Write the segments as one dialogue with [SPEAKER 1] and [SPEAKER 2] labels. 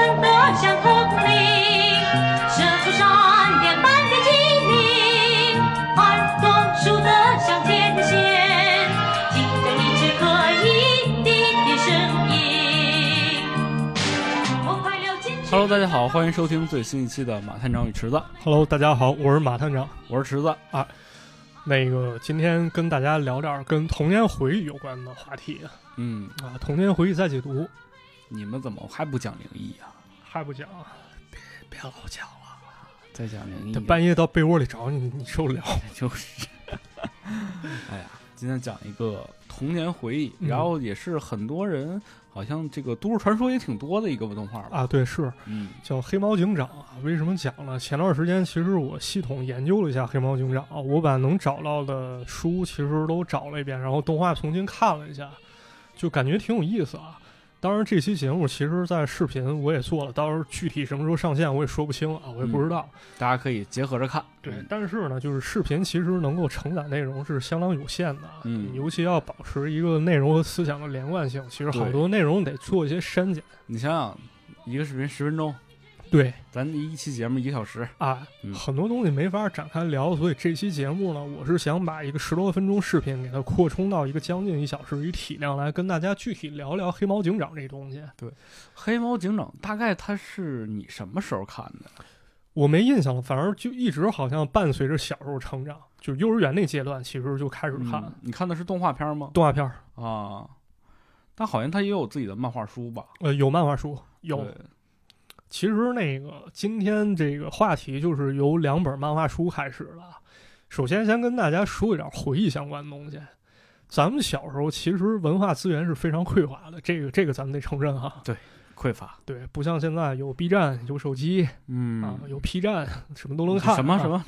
[SPEAKER 1] 像头骨林，射出闪电般的机灵，儿童竖得像天线，听着你只可一滴的声音。我快溜进去
[SPEAKER 2] Hello，大家好，欢迎收听最新一期的马探长与池子，
[SPEAKER 3] Hello，大家好，我是马探长。
[SPEAKER 2] 我是池子。
[SPEAKER 3] 那个今天跟大家聊点儿跟童年回忆有关的话题
[SPEAKER 2] 嗯，
[SPEAKER 3] 啊，童年回忆再解读，
[SPEAKER 2] 你们怎么还不讲灵异啊？
[SPEAKER 3] 还不讲啊？别别老讲了，
[SPEAKER 2] 再讲灵异
[SPEAKER 3] 这，半夜到被窝里找你，你受得了？
[SPEAKER 2] 就是， 哎呀，今天讲一个童年回忆，
[SPEAKER 3] 嗯
[SPEAKER 2] 然后也是很多人好像这个都市传说也挺多的一个动画吧。
[SPEAKER 3] 啊，对，是
[SPEAKER 2] 嗯
[SPEAKER 3] 叫《黑猫警长》啊。为什么讲呢？前段时间其实我系统研究了一下《黑猫警长》，啊我把能找到的书其实都找了一遍，然后动画重新看了一下，就感觉挺有意思啊。当然，这期节目其实，在视频我也做了，到时候具体什么时候上线我也说不清啊，我也不知道。
[SPEAKER 2] 大家可以结合着看。
[SPEAKER 3] 对
[SPEAKER 2] 嗯，，
[SPEAKER 3] 但是呢，就是视频其实能够承载内容是相当有限的，
[SPEAKER 2] 嗯
[SPEAKER 3] 你尤其要保持一个内容和思想的连贯性，其实好
[SPEAKER 2] 对
[SPEAKER 3] 多内容得做一些删减。
[SPEAKER 2] 你想想，一个视频十分钟，
[SPEAKER 3] 对
[SPEAKER 2] 咱一期节目一个小时，
[SPEAKER 3] 啊，
[SPEAKER 2] 嗯
[SPEAKER 3] 很多东西没法展开聊，所以这期节目呢，我是想把一个十多分钟视频给它扩充到一个将近一小时一体量来，跟大家具体聊聊黑猫警长这东西。
[SPEAKER 2] 《黑猫警长》大概它是你什么时候看的？
[SPEAKER 3] 我没印象了，反正就一直好像伴随着小时候成长，就幼儿园那阶段，其实就开始看、
[SPEAKER 2] 嗯你看的是动画片吗？
[SPEAKER 3] 动画片儿，
[SPEAKER 2] 啊，但好像他也有自己的漫画书吧？
[SPEAKER 3] 呃，有漫画书，有
[SPEAKER 2] 对
[SPEAKER 3] 其实那个今天这个话题就是由两本漫画书开始了。首先，先跟大家说一点回忆相关的东西。咱们小时候其实文化资源是非常匮乏的，这个这个咱们得承认哈。
[SPEAKER 2] 匮乏，
[SPEAKER 3] 对，不像现在有 B 站、有手机、
[SPEAKER 2] 嗯
[SPEAKER 3] 啊，有 P 站，什么都能看。
[SPEAKER 2] 什么
[SPEAKER 3] 啊
[SPEAKER 2] 什？么？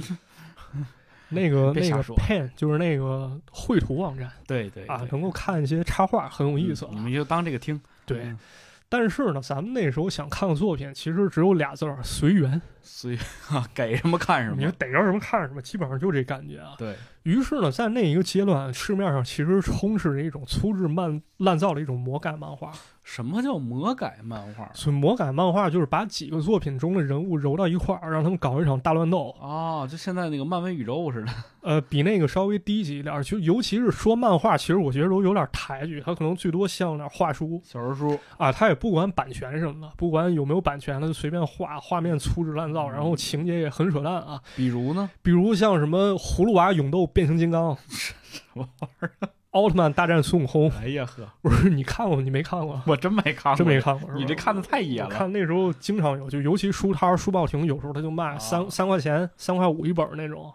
[SPEAKER 3] 那个
[SPEAKER 2] 别
[SPEAKER 3] 那
[SPEAKER 2] 瞎
[SPEAKER 3] 个
[SPEAKER 2] 说
[SPEAKER 3] Pen 就是那个绘图网站
[SPEAKER 2] 对对
[SPEAKER 3] 啊，
[SPEAKER 2] 对
[SPEAKER 3] 能够看一些插画，很有意思啊。
[SPEAKER 2] 你们就当这个听。
[SPEAKER 3] 对
[SPEAKER 2] 嗯，，
[SPEAKER 3] 但是呢，咱们那时候想看的作品其实只有俩字儿：随缘。
[SPEAKER 2] 所以啊，给什么看什
[SPEAKER 3] 你就
[SPEAKER 2] 么。
[SPEAKER 3] 逮着什么看什么，基本上就这感觉啊。
[SPEAKER 2] 对，
[SPEAKER 3] 于是呢，在那一个阶段，市面上其实充斥着一种粗制滥滥造的一种魔改漫画。
[SPEAKER 2] 什么叫魔改漫画？
[SPEAKER 3] 所以魔改漫画就是把几个作品中的人物揉到一块儿，让他们搞一场大乱斗。
[SPEAKER 2] 哦，就现在那个漫威宇宙似的。
[SPEAKER 3] 呃，比那个稍微低级一点儿，就尤其是说漫画，其实我觉得都有点抬举，它可能最多像点画书
[SPEAKER 2] 小人书，
[SPEAKER 3] 啊，它也不管版权什么的，不管有没有版权，它就随便画，画面粗制滥造，然后情节也很扯淡啊。
[SPEAKER 2] 比如呢？
[SPEAKER 3] 比如像什么葫芦娃勇斗变形金刚， 什
[SPEAKER 2] 么
[SPEAKER 3] 玩意儿？啊奥特曼大战孙悟空，
[SPEAKER 2] 哎呀呵，
[SPEAKER 3] 不是你看过？你没看过？
[SPEAKER 2] 我真没看过，
[SPEAKER 3] 真没看过。是吧
[SPEAKER 2] 你这看的太野
[SPEAKER 3] 我
[SPEAKER 2] 了。
[SPEAKER 3] 看那时候经常有，就尤其书摊儿、书报亭，有时候他就卖
[SPEAKER 2] 啊
[SPEAKER 3] 三、三块钱、三块五一本儿那 种。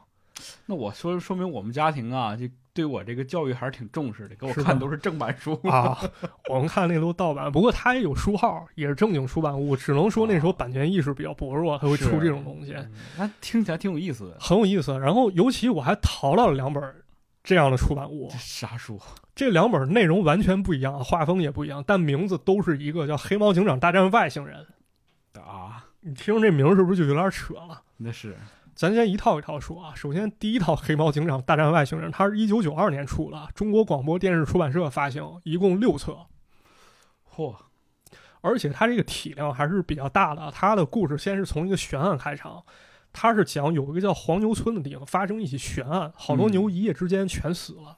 [SPEAKER 2] 那我说说明我们家庭啊，就对我这个教育还是挺重视的，给我
[SPEAKER 3] 是吧
[SPEAKER 2] 看都是正版书。
[SPEAKER 3] 啊，我们看那都盗版，不过它也有书号，也是正经出版物，只能说那时候版权意识比较薄弱，它会
[SPEAKER 2] 啊
[SPEAKER 3] 出
[SPEAKER 2] 是
[SPEAKER 3] 这种东西，
[SPEAKER 2] 嗯那听起来挺有意思的。
[SPEAKER 3] 很有意思。然后尤其我还淘到了两本儿这样的出版物
[SPEAKER 2] 这，啥书？
[SPEAKER 3] 这两本内容完全不一样，画风也不一样，但名字都是一个叫《黑猫警长大战外星人》。
[SPEAKER 2] 啊，
[SPEAKER 3] 你听这名儿是不是就有点扯了？
[SPEAKER 2] 那是
[SPEAKER 3] 咱先一套一套说啊。首先，第一套《黑猫警长大战外星人》，它是一九九二年出的，中国广播电视出版社发行，一共六册，
[SPEAKER 2] 嚯，
[SPEAKER 3] 而且它这个体量还是比较大的。它的故事先是从一个悬案开场，它是讲有一个叫黄牛村的地方发生一起悬案，好多
[SPEAKER 2] 嗯
[SPEAKER 3] 牛一夜之间全死了。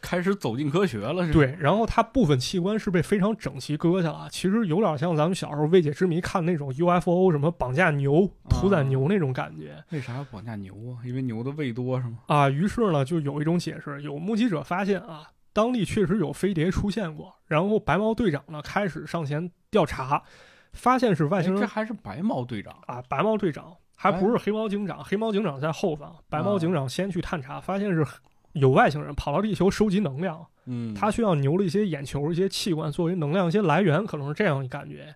[SPEAKER 2] 开始走进科学了，是吧？
[SPEAKER 3] 对，然后它部分器官是被非常整齐割下了，其实有点像咱们小时候未解之谜看那种 UFO 什么绑架牛、屠宰牛那种感觉
[SPEAKER 2] 为啥要绑架牛啊？因为牛的胃多是吗？
[SPEAKER 3] 啊于是呢，就有一种解释，有目击者发现啊，当地确实有飞碟出现过，然后白毛队长呢开始上前调查，发现是外
[SPEAKER 2] 哎，
[SPEAKER 3] 星
[SPEAKER 2] 这
[SPEAKER 3] 人
[SPEAKER 2] 还是白毛队长
[SPEAKER 3] 啊，白毛队长还不是黑猫警长，黑猫警长在后方，
[SPEAKER 2] 啊
[SPEAKER 3] 白毛警长先去探查，发现是有外星人跑到地球收集能量。
[SPEAKER 2] 嗯
[SPEAKER 3] 他需要牛的一些眼球、一些器官作为能量、一些来源，可能是这样一感觉。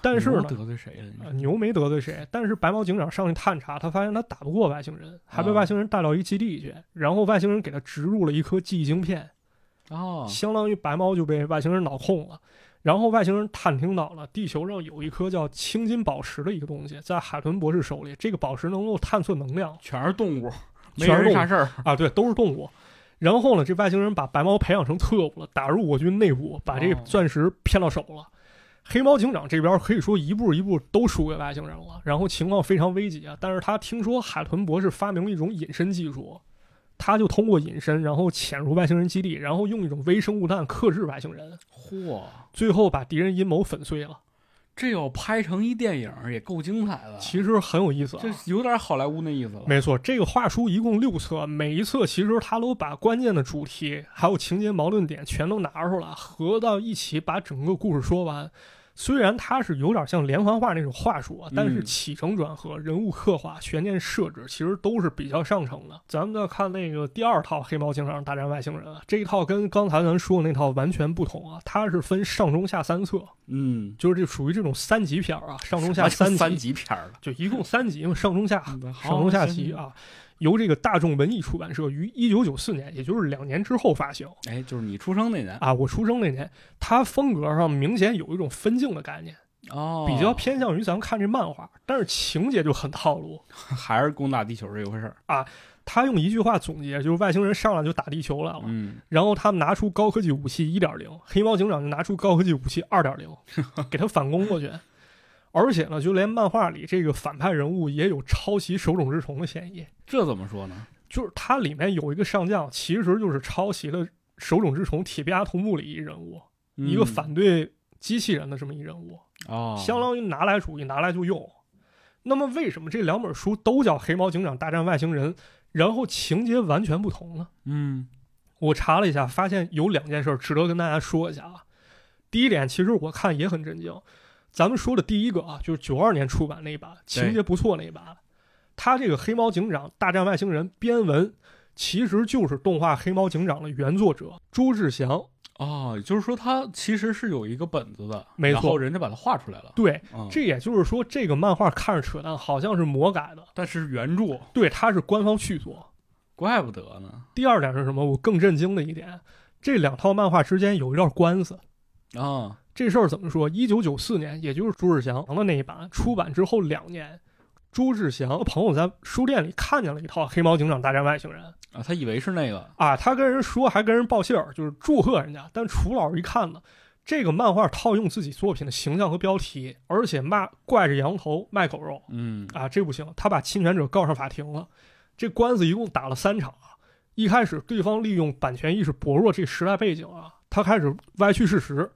[SPEAKER 3] 但是
[SPEAKER 2] 牛
[SPEAKER 3] 呢，
[SPEAKER 2] 得罪谁了？你说
[SPEAKER 3] 呃牛没得罪谁，但是白毛警长上去探查，他发现他打不过外星人，还被
[SPEAKER 2] 啊
[SPEAKER 3] 外星人带到一基地去，然后外星人给他植入了一颗记忆晶片，呃
[SPEAKER 2] 哦，
[SPEAKER 3] 相当于白猫就被外星人脑控了。然后外星人探听到了地球上有一颗叫青金宝石的一个东西，在海豚博士手里，这个宝石能够探测能量
[SPEAKER 2] 全是动 物，没
[SPEAKER 3] 全是
[SPEAKER 2] 人
[SPEAKER 3] 动物
[SPEAKER 2] 啥 事儿。
[SPEAKER 3] 啊，对，都是动物。然后呢，这外星人把白猫培养成特务了，打入我军内部，把这个
[SPEAKER 2] 哦
[SPEAKER 3] 钻石骗到手了。黑猫警长这边可以说一步一步都输给外星人了，然后情况非常危急啊。但是他听说海豚博士发明了一种隐身技术，他就通过隐身，然后潜入外星人基地，然后用一种微生物弹克制外星人，
[SPEAKER 2] 嚯，
[SPEAKER 3] 最后把敌人阴谋粉碎了。
[SPEAKER 2] 这要拍成一电影也够精彩的，
[SPEAKER 3] 其实很有意思、啊，
[SPEAKER 2] 这有点好莱坞那意思了。
[SPEAKER 3] 没错，这个画书一共六册，每一册其实他都把关键的主题还有情节矛盾点全都拿出来，合到一起，把整个故事说完。虽然它是有点像连环画那种画术啊，但是
[SPEAKER 2] 嗯
[SPEAKER 3] 起承转合、人物刻画、悬念设置，其实都是比较上乘的。咱们再看那个第二套《黑猫警长大战外星人》啊，这一套跟刚才咱说的那套完全不同啊，它是分上中下三册，
[SPEAKER 2] 嗯，
[SPEAKER 3] 就是这属于这种三级片儿啊，上中
[SPEAKER 2] 什
[SPEAKER 3] 下
[SPEAKER 2] 么叫
[SPEAKER 3] 三
[SPEAKER 2] 三级片儿了。
[SPEAKER 3] 就一共三集嘛，上中下
[SPEAKER 2] 嗯好
[SPEAKER 3] 上中下
[SPEAKER 2] 行
[SPEAKER 3] 集
[SPEAKER 2] 行
[SPEAKER 3] 啊，由这个大众文艺出版社于一九九四年，也就是两年之后发行
[SPEAKER 2] 哎，就是你出生那年
[SPEAKER 3] 啊。我出生那年，它风格上明显有一种分镜的概念，
[SPEAKER 2] 哦，
[SPEAKER 3] 比较偏向于咱们看这漫画，但是情节就很套路。
[SPEAKER 2] 还是攻打地球这一回事儿。
[SPEAKER 3] 他用一句话总结，就是外星人上来就打地球来了，
[SPEAKER 2] 嗯，
[SPEAKER 3] 然后他们拿出高科技武器一点零，黑猫警长就拿出高科技武器二 点零，给他反攻过去。而且呢，就连漫画里这个反派人物也有抄袭手冢治虫的嫌疑。
[SPEAKER 2] 这怎么说呢？
[SPEAKER 3] 就是它里面有一个上将，其实就是抄袭了《手冢治虫》铁臂阿童木里一人物，一个
[SPEAKER 2] 嗯
[SPEAKER 3] 反对机器人的这么一人物，
[SPEAKER 2] 哦，
[SPEAKER 3] 相当于拿来主义，拿来就用。那么为什么这两本书都叫《黑猫警长大战外星人》，然后情节完全不同呢？
[SPEAKER 2] 嗯
[SPEAKER 3] 我查了一下，发现有两件事值得跟大家说一下啊。第一点，其实我看也很震惊。咱们说的第一个啊，就是九二年出版那一版，情节不错那一版，它这个《黑猫警长大战外星人》编文其实就是动画《黑猫警长》的原作者朱志祥。
[SPEAKER 2] 哦，就是说他其实是有一个本子的，
[SPEAKER 3] 没错
[SPEAKER 2] 然后人家把它画出来了。
[SPEAKER 3] 对，
[SPEAKER 2] 嗯，
[SPEAKER 3] 这也就是说，这个漫画看着扯淡，好像是魔改的，
[SPEAKER 2] 但是原著，
[SPEAKER 3] 对，它是官方续作。
[SPEAKER 2] 怪不得呢。
[SPEAKER 3] 第二点是什么？我更震惊的一点，这两套漫画之间有一段官司。
[SPEAKER 2] 啊，
[SPEAKER 3] 这事儿怎么说？一九九四年，也就是朱志祥的那一版出版之后两年，朱志祥朋友在书店里看见了一套《黑猫警长大战外星人》
[SPEAKER 2] 啊，他以为是那个，
[SPEAKER 3] 啊，他跟人说，还跟人报信儿，就是祝贺人家。但楚老师一看呢，这个漫画套用自己作品的形象和标题，而且骂怪着羊头卖狗肉
[SPEAKER 2] 嗯，
[SPEAKER 3] 啊，这不行，他把侵权者告上法庭了。这官司一共打了三场啊。一开始，对方利用版权意识薄弱这个时代背景啊，他开始歪曲事实。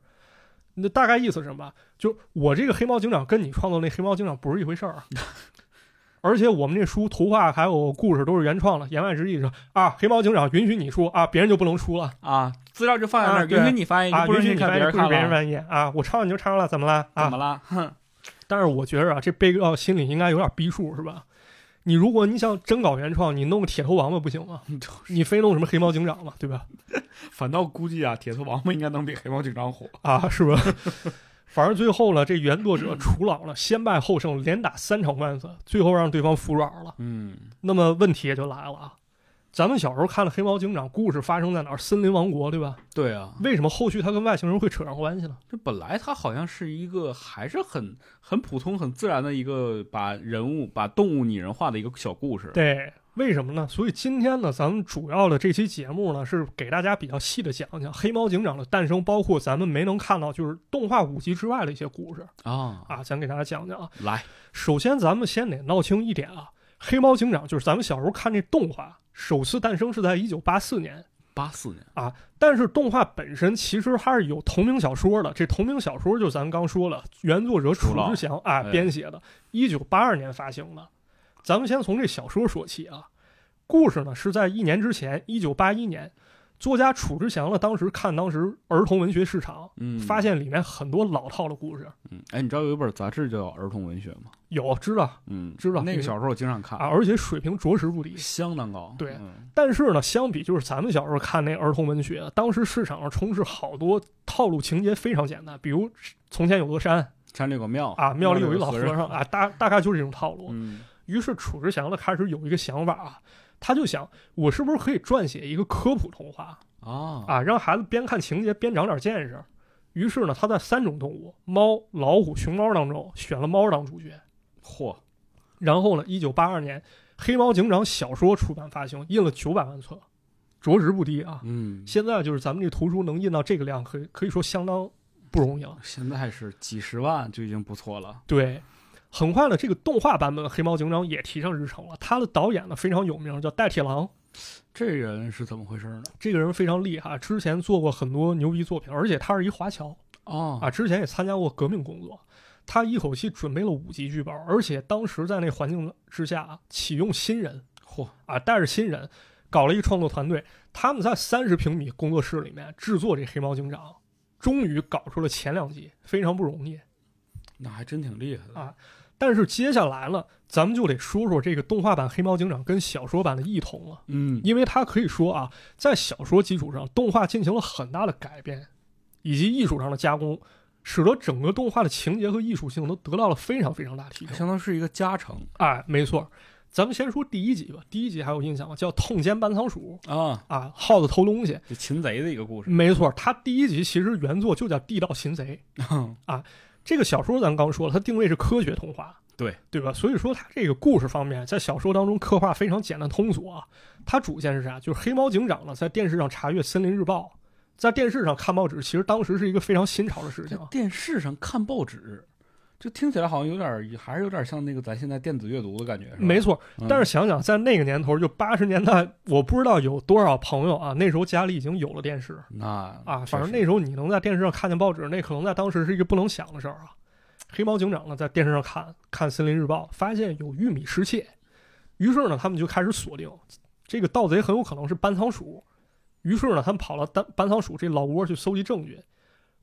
[SPEAKER 3] 那大概意思是什么？就是我这个黑猫警长跟你创作那黑猫警长不是一回事儿 啊。而且我们这书图画还有故事都是原创的，言外之意是啊，黑猫警长允许你出啊，别人就不能出了
[SPEAKER 2] 啊，资料就放在那
[SPEAKER 3] 啊
[SPEAKER 2] 儿，
[SPEAKER 3] 对
[SPEAKER 2] 允哎许你翻译，
[SPEAKER 3] 啊，
[SPEAKER 2] 就不
[SPEAKER 3] 允
[SPEAKER 2] 允
[SPEAKER 3] 许
[SPEAKER 2] 许
[SPEAKER 3] 你
[SPEAKER 2] 看别
[SPEAKER 3] 翻译，
[SPEAKER 2] 人
[SPEAKER 3] 不是
[SPEAKER 2] 看
[SPEAKER 3] 别人
[SPEAKER 2] 了。
[SPEAKER 3] 翻译啊，我抄你就抄了，怎么了啊
[SPEAKER 2] 怎么？了？哼，
[SPEAKER 3] 但是我觉着啊，这被告心里应该有点逼数，是吧？你如果你想真搞原创，你弄个铁头王八不行吗？你非弄什么黑猫警长嘛，对吧？
[SPEAKER 2] 反倒估计啊，铁头王八应该能比黑猫警长火。
[SPEAKER 3] 啊，是吧？ 反正最后呢，这原作者楚老呢，先败后胜，连打三场官司，最后让对方服软了。
[SPEAKER 2] 嗯，
[SPEAKER 3] 那么问题也就来了啊，咱们小时候看了《黑猫警长》，故事发生在哪儿？森林王国，对吧？
[SPEAKER 2] 对啊，
[SPEAKER 3] 为什么后续他跟外星人会扯上关系呢？
[SPEAKER 2] 这本来它好像是一个还是很很普通、很自然的一个把人物、把动物拟人化的一个小故事。
[SPEAKER 3] 对，为什么呢？所以今天呢，咱们主要的这期节目呢，是给大家比较细的讲讲《黑猫警长》的诞生，包括咱们没能看到就是动画五集之外的一些故事
[SPEAKER 2] 啊，
[SPEAKER 3] 啊，咱给大家讲讲啊。
[SPEAKER 2] 来，
[SPEAKER 3] 首先，咱们先得闹清一点啊，《黑猫警长》就是咱们小时候看这动画，首次诞生是在一九八四年。
[SPEAKER 2] 八四年，
[SPEAKER 3] 但是动画本身其实它是有同名小说的，这同名小说就咱们刚说了，原作者楚
[SPEAKER 2] 楚老
[SPEAKER 3] 之祥啊
[SPEAKER 2] 哎
[SPEAKER 3] 编写的，一九八二年发行的。咱们先从这小说说起啊，故事呢是在一年之前，一九八一年，作家楚之祥呢当时看当时儿童文学市场，
[SPEAKER 2] 嗯，
[SPEAKER 3] 发，现里面很多老套的故事，
[SPEAKER 2] 嗯，哎，你知道有一本杂志叫《儿童文学》吗？
[SPEAKER 3] 有知道
[SPEAKER 2] 嗯，
[SPEAKER 3] 知道
[SPEAKER 2] 那个小时候我经常看
[SPEAKER 3] 啊，，而且水平着实不低。
[SPEAKER 2] 相当高。
[SPEAKER 3] 对
[SPEAKER 2] 嗯
[SPEAKER 3] 但是呢，相比就是咱们小时候看那儿童文学，当时市场上充斥好多套路情节非常简单，比如从前有座山
[SPEAKER 2] 山里有个庙
[SPEAKER 3] 啊，庙里有一老和
[SPEAKER 2] 尚。
[SPEAKER 3] 尚啊，大大概就是这种套路。
[SPEAKER 2] 嗯，
[SPEAKER 3] 于是楚之祥呢开始有一个想法啊，他就想我是不是可以撰写一个科普童话
[SPEAKER 2] 啊
[SPEAKER 3] 啊，让孩子边看情节边长点见识。于是呢，他在三种动物——猫、老虎、熊猫当中选了猫当主角。
[SPEAKER 2] 嚯，
[SPEAKER 3] 然后呢，一九八二年，《黑猫警长》小说出版发行，印了九百万册，着实不低啊。
[SPEAKER 2] 嗯，
[SPEAKER 3] 现在就是咱们这图书能印到这个量，可以可以说相当不容易了。
[SPEAKER 2] 现在是几十万就已经不错了。
[SPEAKER 3] 对，很快呢，这个动画版本的黑猫警长也提上日程了。他的导演呢非常有名，叫代铁郎。
[SPEAKER 2] 这人是怎么回事呢？
[SPEAKER 3] 这个人非常厉害，之前做过很多牛逼作品，而且他是一华侨
[SPEAKER 2] 哦，
[SPEAKER 3] 啊，之前也参加过革命工作。他一口气准备了五集剧本，而且当时在那环境之下啊启用新人
[SPEAKER 2] 嚯，
[SPEAKER 3] 啊，带着新人搞了一个创作团队，他们在三十平米工作室里面制作这黑猫警长，终于搞出了前两集，非常不容易。
[SPEAKER 2] 那还真挺厉害的
[SPEAKER 3] 啊但是接下来了，咱们就得说说这个动画版《黑猫警长》跟小说版的异同了，
[SPEAKER 2] 嗯，
[SPEAKER 3] 因为它可以说啊，在小说基础上，动画进行了很大的改变，以及艺术上的加工，使得整个动画的情节和艺术性都得到了非常非常大的提升。
[SPEAKER 2] 相当是一个加成
[SPEAKER 3] 哎，没错，咱们先说第一集吧。第一集还有印象吗？叫《痛歼搬仓鼠
[SPEAKER 2] 啊，》
[SPEAKER 3] 啊，耗子偷东西。
[SPEAKER 2] 这擒贼的一个故事。
[SPEAKER 3] 没错，它第一集其实原作就叫《地道擒贼》。
[SPEAKER 2] 嗯
[SPEAKER 3] 这个小说咱刚说了，它定位是科学童话，
[SPEAKER 2] 对
[SPEAKER 3] 对吧？所以说它这个故事方面，在小说当中刻画非常简单通俗啊。它主线是啥？就是黑猫警长呢，在电视上查阅《森林日报》，在电视上看报纸，其实当 时是一个非常新潮的事
[SPEAKER 2] 在
[SPEAKER 3] 情啊。
[SPEAKER 2] 电视上看报纸，就听起来好像有点儿，还是有点像那个咱现在电子阅读的感觉，是吧？
[SPEAKER 3] 没错，
[SPEAKER 2] 嗯，
[SPEAKER 3] 但是想想在那个年头，就八十年代，我不知道有多少朋友啊，那时候家里已经有了电视
[SPEAKER 2] 那
[SPEAKER 3] 啊，
[SPEAKER 2] 确
[SPEAKER 3] 反正
[SPEAKER 2] 实
[SPEAKER 3] 那时候你能在电视上看见报纸，那可能在当时是一个不能想的事儿啊。黑猫警长呢，在电视上看看《森林日报》，发现有玉米失窃，于是呢，他们就开始锁定这个盗贼很有可能是搬仓鼠。于是呢，他们跑到搬搬仓鼠这老窝去搜集证据。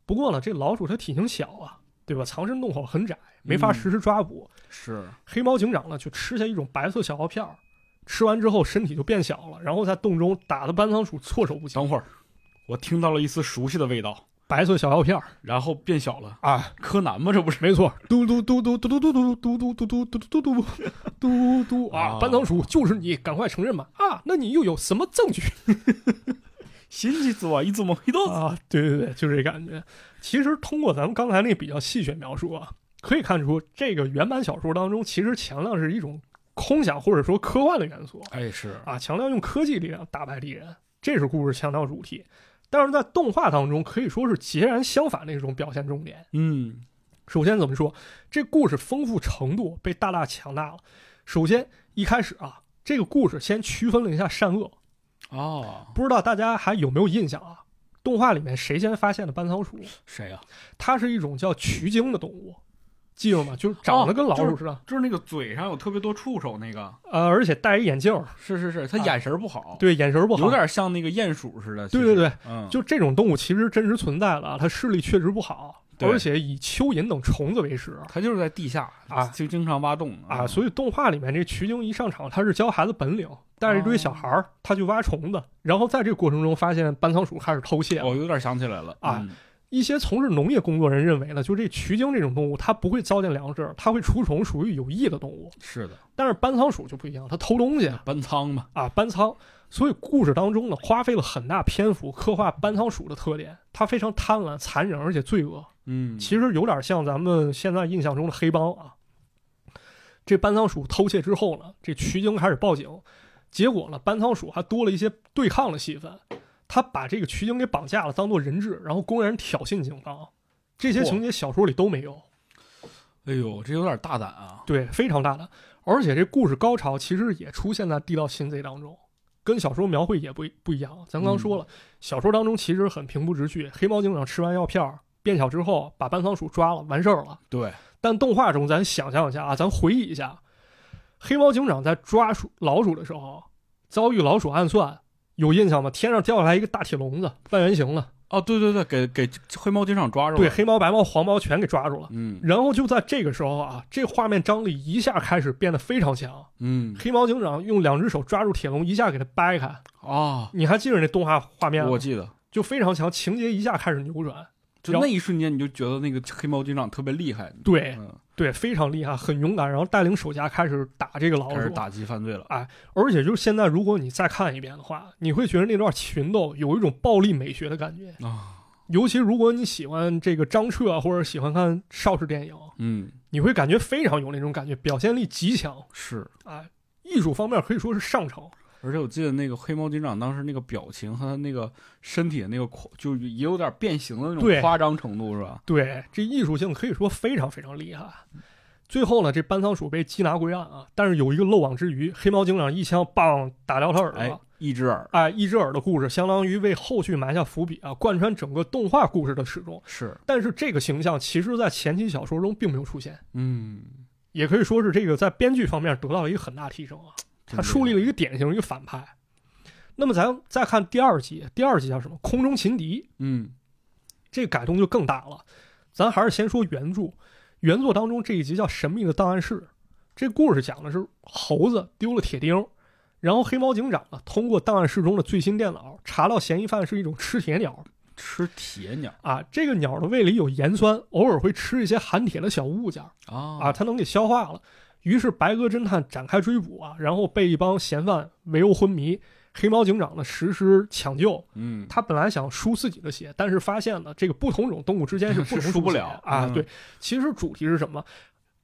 [SPEAKER 3] 不过呢，这老鼠它体型小啊，对吧？藏身洞口很窄，没法
[SPEAKER 2] 嗯
[SPEAKER 3] 实施抓捕。
[SPEAKER 2] 是
[SPEAKER 3] 黑猫警长呢，就吃下一种白色小药片儿，吃完之后身体就变小了，然后在洞中打的搬仓鼠措手不及。
[SPEAKER 2] 等会儿，我听到了一丝熟悉的味道，
[SPEAKER 3] 白色小药片儿
[SPEAKER 2] 然后变小了。
[SPEAKER 3] 啊，
[SPEAKER 2] 柯南吗？这不是？
[SPEAKER 3] 没错，嘟嘟嘟嘟嘟嘟嘟嘟嘟嘟嘟嘟嘟嘟嘟嘟嘟啊！班仓鼠就是你，赶快承认吧！啊，那你又有什么证据
[SPEAKER 2] 新奇死我一字猛一豆子。
[SPEAKER 3] 啊？对对对，就这感觉。其实通过咱们刚才那比较戏谑描述啊，可以看出这个原版小说当中其实强调是一种空想或者说科幻的元素
[SPEAKER 2] 哎，是
[SPEAKER 3] 啊，强调用科技力量打败敌人，这是故事强调主题。但是在动画当中可以说是截然相反的一种表现重点。
[SPEAKER 2] 嗯，
[SPEAKER 3] 首先怎么说，这故事丰富程度被大大强大了。首先一开始啊，这个故事先区分了一下善恶，
[SPEAKER 2] 哦，
[SPEAKER 3] 不知道大家还有没有印象啊？动画里面谁先发现的搬仓鼠？
[SPEAKER 2] 谁呀、
[SPEAKER 3] 它是一种叫曲颈的动物，记住吗？就是长得跟老鼠似的，
[SPEAKER 2] 哦就是那个嘴上有特别多触手那个。
[SPEAKER 3] 呃，而且戴一眼镜儿，
[SPEAKER 2] 是是是，他
[SPEAKER 3] 啊
[SPEAKER 2] 眼神不好，
[SPEAKER 3] 对，眼神儿不好，
[SPEAKER 2] 有点像那个鼹鼠似的。
[SPEAKER 3] 对
[SPEAKER 2] 其实
[SPEAKER 3] 对对，
[SPEAKER 2] 嗯，
[SPEAKER 3] 就这种动物其实真实存在的啊，它视力确实不好，
[SPEAKER 2] 对
[SPEAKER 3] 而且以蚯蚓等虫子为食
[SPEAKER 2] 他就是在地下
[SPEAKER 3] 啊
[SPEAKER 2] 就经常挖洞嗯
[SPEAKER 3] 啊，
[SPEAKER 2] 以
[SPEAKER 3] 所以动画里面这瞿京一上场，他是教孩子本领，带着一堆小孩儿，他去挖虫子，然后在这个过程中发现搬仓鼠开始偷窃了。
[SPEAKER 2] 我哦有点想起来了
[SPEAKER 3] 啊，
[SPEAKER 2] 嗯
[SPEAKER 3] 一些从事农业工作人认为呢，就这瞿京这种动物，它不会糟践粮食，它会除虫，属于有益的动物。
[SPEAKER 2] 是的，
[SPEAKER 3] 但是搬仓鼠就不一样，它偷东西
[SPEAKER 2] 搬仓嘛，
[SPEAKER 3] 啊，搬仓。所以故事当中呢，花费了很大篇幅刻画搬仓鼠的特点，它非常贪婪、残忍，而且罪恶。
[SPEAKER 2] 嗯，
[SPEAKER 3] 其实有点像咱们现在印象中的黑帮啊。这搬仓鼠偷窃之后呢，这瞿京开始报警，结果呢，搬仓鼠还多了一些对抗的戏份，他把这个瞿京给绑架了，当做人质，然后公然挑衅警方，这些
[SPEAKER 2] 嚯
[SPEAKER 3] 情节小说里都没有，
[SPEAKER 2] 哎呦，这有点大胆啊，
[SPEAKER 3] 对，非常大胆。而且这故事高潮其实也出现在《地道擒贼》当中，跟小说描绘也不一不一样。咱
[SPEAKER 2] 嗯
[SPEAKER 3] 刚说了，小说当中其实很平铺直叙，黑猫警长吃完药片儿变小之后，把搬仓鼠抓了，完事儿了。
[SPEAKER 2] 对，
[SPEAKER 3] 但动画中，咱想象一下啊，咱回忆一下，黑猫警长在抓鼠老鼠的时候，遭遇老鼠暗算，有印象吗？天上掉下来一个大铁笼子，半圆形的，
[SPEAKER 2] 哦，对对对，给给黑猫警长抓住了，
[SPEAKER 3] 对，黑猫、白猫、黄猫全给抓住了。
[SPEAKER 2] 嗯
[SPEAKER 3] 然后就在这个时候啊，这画面张力一下开始变得非常强。
[SPEAKER 2] 嗯
[SPEAKER 3] 黑猫警长用两只手抓住铁笼，一下给它掰开。
[SPEAKER 2] 啊，
[SPEAKER 3] 你还记得那动画画面吗啊
[SPEAKER 2] 我记得，
[SPEAKER 3] 就非常强，情节一下开始扭转。
[SPEAKER 2] 就
[SPEAKER 3] 然后哎
[SPEAKER 2] 那一瞬间你就觉得那个黑猫警长特别厉害，
[SPEAKER 3] 对
[SPEAKER 2] 嗯，
[SPEAKER 3] 对，非常厉害，很勇敢，然后带领手下开始打这个老
[SPEAKER 2] 开始
[SPEAKER 3] 鼠。
[SPEAKER 2] 打击犯罪了，
[SPEAKER 3] 而且就是现在，如果你再看一遍的话，你会觉得那段群斗有一种暴力美学的感觉。
[SPEAKER 2] 啊，
[SPEAKER 3] 尤其如果你喜欢这个张彻啊或者喜欢看邵氏电影，
[SPEAKER 2] 嗯，
[SPEAKER 3] 你会感觉非常有那种感觉，表现力极强哎
[SPEAKER 2] 是，
[SPEAKER 3] 啊！艺术方面可以说是上乘。
[SPEAKER 2] 而且我记得那个黑猫警长当时那个表情和他那个身体的那个夸，就也有点变形的那
[SPEAKER 3] 对
[SPEAKER 2] 种夸张程度，是吧？
[SPEAKER 3] 对，这艺术性可以说非常非常厉害。最后呢，这班仓鼠被缉拿归案啊，但是有一个漏网之鱼，黑猫警长一枪棒打掉他耳朵
[SPEAKER 2] 哎
[SPEAKER 3] 了。，
[SPEAKER 2] 一只耳
[SPEAKER 3] 哎，一只耳的故事相当于为后续埋下伏笔啊，贯穿整个动画故事的始终。
[SPEAKER 2] 是，
[SPEAKER 3] 但是这个形象其实，在前期小说中并没有出现，
[SPEAKER 2] 嗯，
[SPEAKER 3] 也可以说是这个在编剧方面得到了一个很大提升啊。他树立了一个典型一个反派。那么咱再看第二集，第二集叫什么？空中擒敌，
[SPEAKER 2] 嗯，
[SPEAKER 3] 这个改动就更大了。咱还是先说原著，原作当中这一集叫《神秘的档案室》，这故事讲的是猴子丢了铁钉，然后黑猫警长呢通过档案室中的最新电脑查到嫌疑犯是一种吃铁鸟
[SPEAKER 2] 吃铁鸟
[SPEAKER 3] 啊，这个鸟的胃里有盐酸，偶尔会吃一些含铁的小物件。
[SPEAKER 2] 啊
[SPEAKER 3] 啊，它能给消化了。于是白鸽侦探展开追捕啊，然后被一帮嫌犯围殴昏迷，黑猫警长呢实施抢救。
[SPEAKER 2] 嗯，
[SPEAKER 3] 他本来想输自己的血，但是发现了这个不同种动物 之间是不
[SPEAKER 2] 是
[SPEAKER 3] 同
[SPEAKER 2] 输
[SPEAKER 3] 输
[SPEAKER 2] 不了
[SPEAKER 3] 啊。
[SPEAKER 2] 嗯
[SPEAKER 3] 对，其实主题是什么？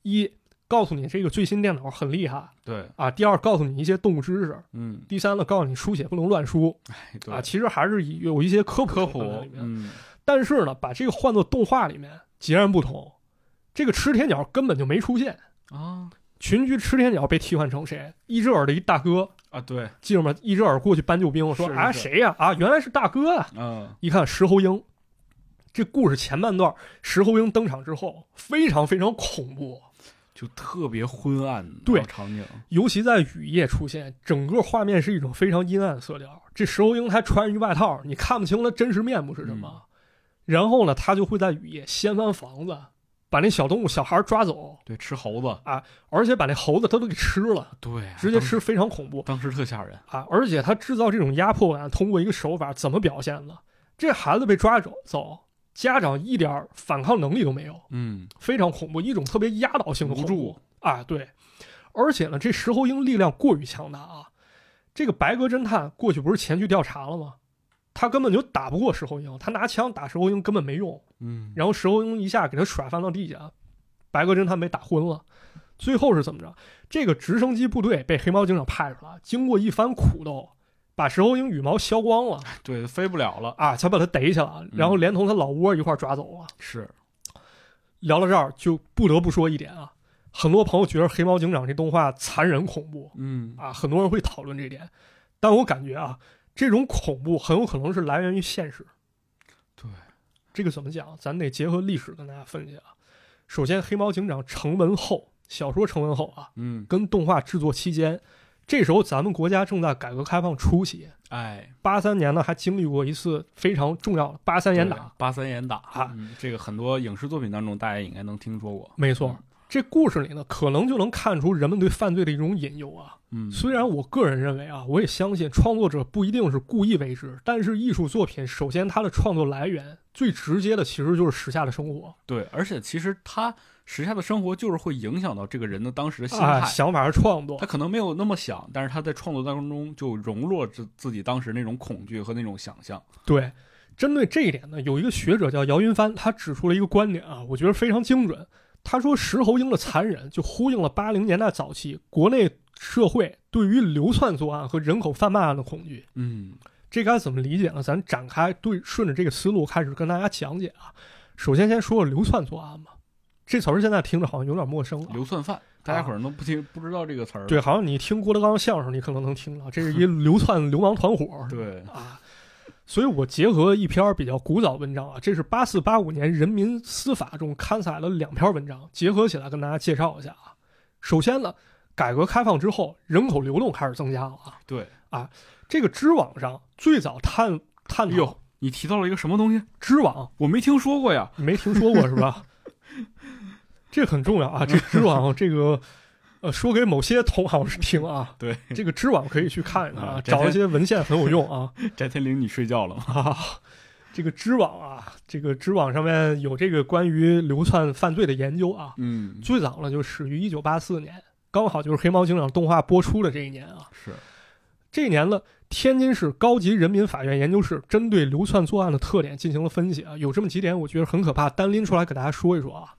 [SPEAKER 3] 一告诉你这个最新电脑很厉害
[SPEAKER 2] 对，
[SPEAKER 3] 啊，第二告诉你一些动物知识，
[SPEAKER 2] 嗯，
[SPEAKER 3] 第三呢告诉你输血不能乱输
[SPEAKER 2] 哎对，
[SPEAKER 3] 啊。其实还是以有一些科普
[SPEAKER 2] 科
[SPEAKER 3] 成
[SPEAKER 2] 普
[SPEAKER 3] 分在里，面
[SPEAKER 2] 嗯，
[SPEAKER 3] 但是呢，把这个换作动画里面截然不同，这个吃铁鸟根本就没出现。
[SPEAKER 2] 啊
[SPEAKER 3] 群居吃天鸟被替换成谁？一只耳的一大哥，
[SPEAKER 2] 啊，对，
[SPEAKER 3] 记着吗？一只耳过去搬救兵，我说
[SPEAKER 2] 是是
[SPEAKER 3] 啊
[SPEAKER 2] 是
[SPEAKER 3] 谁呀、啊？原来是大哥啊！
[SPEAKER 2] 嗯，
[SPEAKER 3] 一看石猴鹰，这故事前半段石猴鹰登场之后，非常非常恐怖，
[SPEAKER 2] 就特别昏暗的
[SPEAKER 3] 对
[SPEAKER 2] 场景，
[SPEAKER 3] 尤其在雨夜出现，整个画面是一种非常阴暗的色调。这石猴鹰还穿着一外套，你看不清它真实面目是什
[SPEAKER 2] 嗯
[SPEAKER 3] 么。然后呢，它就会在雨夜掀翻房子，把那小动物小孩抓走，
[SPEAKER 2] 对，吃猴子，
[SPEAKER 3] 而且把那猴子它都给吃了，
[SPEAKER 2] 对啊，
[SPEAKER 3] 直接
[SPEAKER 2] 当时，
[SPEAKER 3] 吃，非常恐怖。
[SPEAKER 2] 当时特吓人，
[SPEAKER 3] 啊，而且他制造这种压迫感，通过一个手法怎么表现呢？这孩子被抓走走，家长一点儿反抗能力都没有，
[SPEAKER 2] 嗯，
[SPEAKER 3] 非常恐怖，一种特别压倒性的恐
[SPEAKER 2] 无
[SPEAKER 3] 怖
[SPEAKER 2] 助
[SPEAKER 3] 啊！对，而且呢，这石猴鹰力量过于强大啊！这个白鸽侦探过去不是前去调查了吗？他根本就打不过石猴鹰，他拿枪打石猴鹰根本没用，
[SPEAKER 2] 嗯，
[SPEAKER 3] 然后石猴鹰一下给他甩翻到地下，白鸽侦探被打昏了。最后是怎么着？这个直升机部队被黑猫警长派出来，经过一番苦斗，把石猴鹰羽毛削光了
[SPEAKER 2] 对，飞不了了，
[SPEAKER 3] 啊，才把他逮起来，然后连同他老窝一块儿抓走了。
[SPEAKER 2] 是，
[SPEAKER 3] 聊到这儿，就不得不说一点啊，很多朋友觉得黑猫警长这动画残忍恐怖
[SPEAKER 2] 嗯，
[SPEAKER 3] 啊，很多人会讨论这点，但我感觉啊，这种恐怖很有可能是来源于现实。
[SPEAKER 2] 对，
[SPEAKER 3] 这个怎么讲？咱得结合历史跟大家分析啊。首先，黑猫警长成文后，小说成文后啊，
[SPEAKER 2] 嗯，
[SPEAKER 3] 跟动画制作期间，这时候咱们国家正在改革开放初期。
[SPEAKER 2] 哎，
[SPEAKER 3] 八三年呢，还经历过一次非常重要的八三
[SPEAKER 2] 严
[SPEAKER 3] 严打。
[SPEAKER 2] 八三严打
[SPEAKER 3] 啊
[SPEAKER 2] 嗯这个很多影视作品当中大家也应该能听说过，
[SPEAKER 3] 没错，这故事里呢，可能就能看出人们对犯罪的一种引诱啊。
[SPEAKER 2] 嗯，
[SPEAKER 3] 虽然我个人认为啊，我也相信创作者不一定是故意为之，但是艺术作品首先它的创作来源最直接的其实就是时下的生活
[SPEAKER 2] 对，而且其实他时下的生活就是会影响到这个人的当时的心态。
[SPEAKER 3] 啊，想法和创作
[SPEAKER 2] 他。可能没有那么想，但是他在创作当中就融入了自自己当时那种恐惧和那种想象。
[SPEAKER 3] 对，针对这一点呢，有一个学者叫姚云帆，他指出了一个观点啊，我觉得非常精准。他说石猴鹰的残忍就呼应了八零年代早期国内社会对于流窜作案和人口贩卖案的恐惧。
[SPEAKER 2] 嗯，
[SPEAKER 3] 这该怎么理解呢？咱展开对顺着这个思路开始跟大家讲解啊。首先，先说说流窜作案吧，这词儿现在听着好像有点陌生啊。
[SPEAKER 2] 流窜犯，大家可能都不听不知道这个词儿。
[SPEAKER 3] 对，好像你听郭德纲相声，你可能能听到，这 是一流窜流氓团伙。
[SPEAKER 2] 对，
[SPEAKER 3] 啊。所以我结合一篇比较古早文章啊，这是八四八五年《人民司法》中刊载了两篇文章，结合起来跟大家介绍一下啊。首先呢，改革开放之后，人口流动开始增加了啊。
[SPEAKER 2] 对
[SPEAKER 3] 这个知网上最早探探
[SPEAKER 2] 哎
[SPEAKER 3] 讨
[SPEAKER 2] 呦你提到了一个什么东西，
[SPEAKER 3] 知网，
[SPEAKER 2] 我没听说过 呀。
[SPEAKER 3] 你没听说过是吧？这很重要啊，这知网这个。呃，说给某些同行听啊，
[SPEAKER 2] 对，
[SPEAKER 3] 这个知网可以去看一看啊，
[SPEAKER 2] 啊
[SPEAKER 3] 找一些文献很有用啊。
[SPEAKER 2] 翟天临，你睡觉了吗？
[SPEAKER 3] 啊，这个知网啊，这个知网上面有这个关于流窜犯罪的研究啊，
[SPEAKER 2] 嗯，
[SPEAKER 3] 最早呢就始于一九八四年，刚好就是《黑猫警长》动画播出的这一年啊。
[SPEAKER 2] 是，
[SPEAKER 3] 这一年呢，天津市高级人民法院研究室针对流窜作案的特点进行了分析啊，有这么几点我觉得很可怕，单拎出来给大家说一说啊。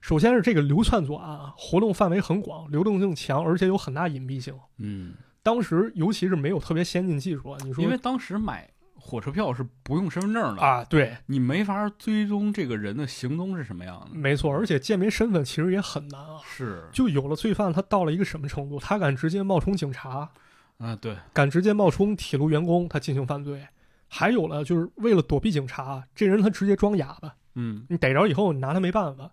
[SPEAKER 3] 首先是这个流窜作案啊，活动范围很广，流动性强，而且有很大隐蔽性。
[SPEAKER 2] 嗯，
[SPEAKER 3] 当时尤其是没有特别先进技术，啊，你说
[SPEAKER 2] 因为当时买火车票是不用身份证的，
[SPEAKER 3] 啊，对，
[SPEAKER 2] 你没法追踪这个人的行踪是什么样的。
[SPEAKER 3] 没错，而且鉴别身份其实也很难啊。
[SPEAKER 2] 是，
[SPEAKER 3] 就有了罪犯，他到了一个什么程度？他敢直接冒充警察，
[SPEAKER 2] 啊，对，
[SPEAKER 3] 敢直接冒充铁路员工，他进行犯罪。还有了，就是为了躲避警察，这人他直接装哑巴，
[SPEAKER 2] 嗯
[SPEAKER 3] 你逮着以后你拿他没办法。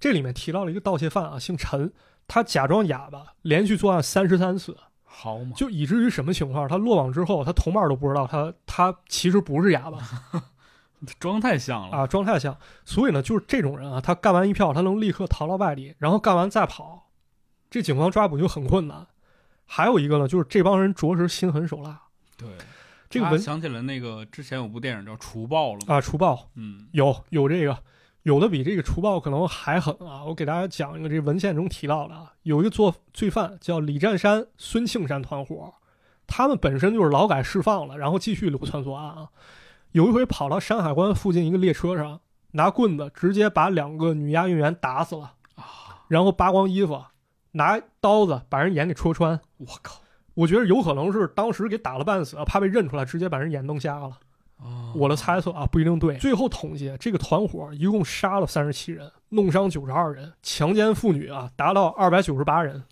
[SPEAKER 3] 这里面提到了一个盗窃犯啊，姓陈，他假装哑巴，连续作案三十三次，
[SPEAKER 2] 好嘛，
[SPEAKER 3] 就以至于什么情况？他落网之后，他同伴都不知道他他其实不是哑巴
[SPEAKER 2] 装太像了。
[SPEAKER 3] 啊，状态像。所以呢，就是这种人啊，他干完一票，他能立刻逃到外地，然后干完再跑，这警方抓捕就很困难。还有一个呢，就是这帮人着实心狠手辣。
[SPEAKER 2] 对，
[SPEAKER 3] 这个
[SPEAKER 2] 啊
[SPEAKER 3] 文
[SPEAKER 2] 想起了那个之前有部电影叫《除暴》了嘛，
[SPEAKER 3] 啊，除暴
[SPEAKER 2] 嗯，
[SPEAKER 3] 有有这个，有的比这个除暴可能还狠啊！我给大家讲一个，这文献中提到的啊，有一个做罪犯叫李占山、孙庆山团伙，他们本身就是劳改释放了，然后继续流窜作案啊。有一回跑到山海关附近一个列车上，拿棍子直接把两个女押运员打死了，
[SPEAKER 2] 啊，
[SPEAKER 3] 然后扒光衣服，拿刀子把人眼给戳穿。
[SPEAKER 2] 我靠，
[SPEAKER 3] 我觉得有可能是当时给打了半死，怕被认出来，直接把人眼弄瞎了。
[SPEAKER 2] 啊
[SPEAKER 3] 我的猜测啊，不一定对。最后统计，这个团伙一共杀了三十七人，弄伤九十二人，强奸妇女啊达到二百九十八人，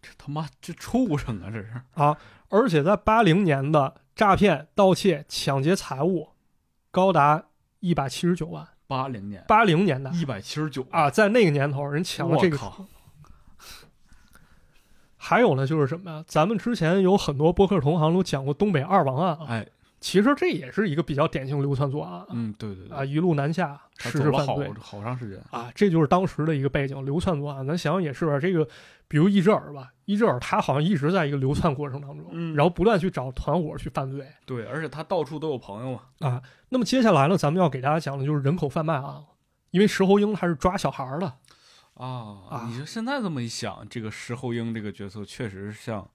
[SPEAKER 2] 这他妈这畜生啊，这是
[SPEAKER 3] 而且在八零年的诈骗、盗窃、抢劫财物高达一百七十九万。
[SPEAKER 2] 八零年
[SPEAKER 3] 八零年代
[SPEAKER 2] 一百七十九
[SPEAKER 3] 啊，，在那个年头，人抢了
[SPEAKER 2] 我
[SPEAKER 3] 这个。
[SPEAKER 2] 靠，
[SPEAKER 3] 还有呢，就是什么呀？咱们之前有很多播客同行都讲过东北二王案啊，
[SPEAKER 2] 哎，
[SPEAKER 3] 其实这也是一个比较典型流窜作案啊
[SPEAKER 2] 嗯，对对
[SPEAKER 3] 啊，
[SPEAKER 2] 对，
[SPEAKER 3] 一路南下
[SPEAKER 2] 他
[SPEAKER 3] 实
[SPEAKER 2] 走
[SPEAKER 3] 施
[SPEAKER 2] 了
[SPEAKER 3] 犯
[SPEAKER 2] 好
[SPEAKER 3] 罪。
[SPEAKER 2] 好长时间，
[SPEAKER 3] 啊，这就是当时的一个背景，流窜作案。咱想想也是，这个比如易志尔吧，易志尔他好像一直在一个流窜过程当中，
[SPEAKER 2] 嗯
[SPEAKER 3] 然后不断去找团伙去犯罪
[SPEAKER 2] 对，而且他到处都有朋友嘛，
[SPEAKER 3] 啊。那么接下来呢，咱们要给大家讲的就是人口贩卖案了，因为石猴英他是抓小孩儿的，
[SPEAKER 2] 啊
[SPEAKER 3] 啊，
[SPEAKER 2] 你说现在这么一想，这个石猴英这个角色确实像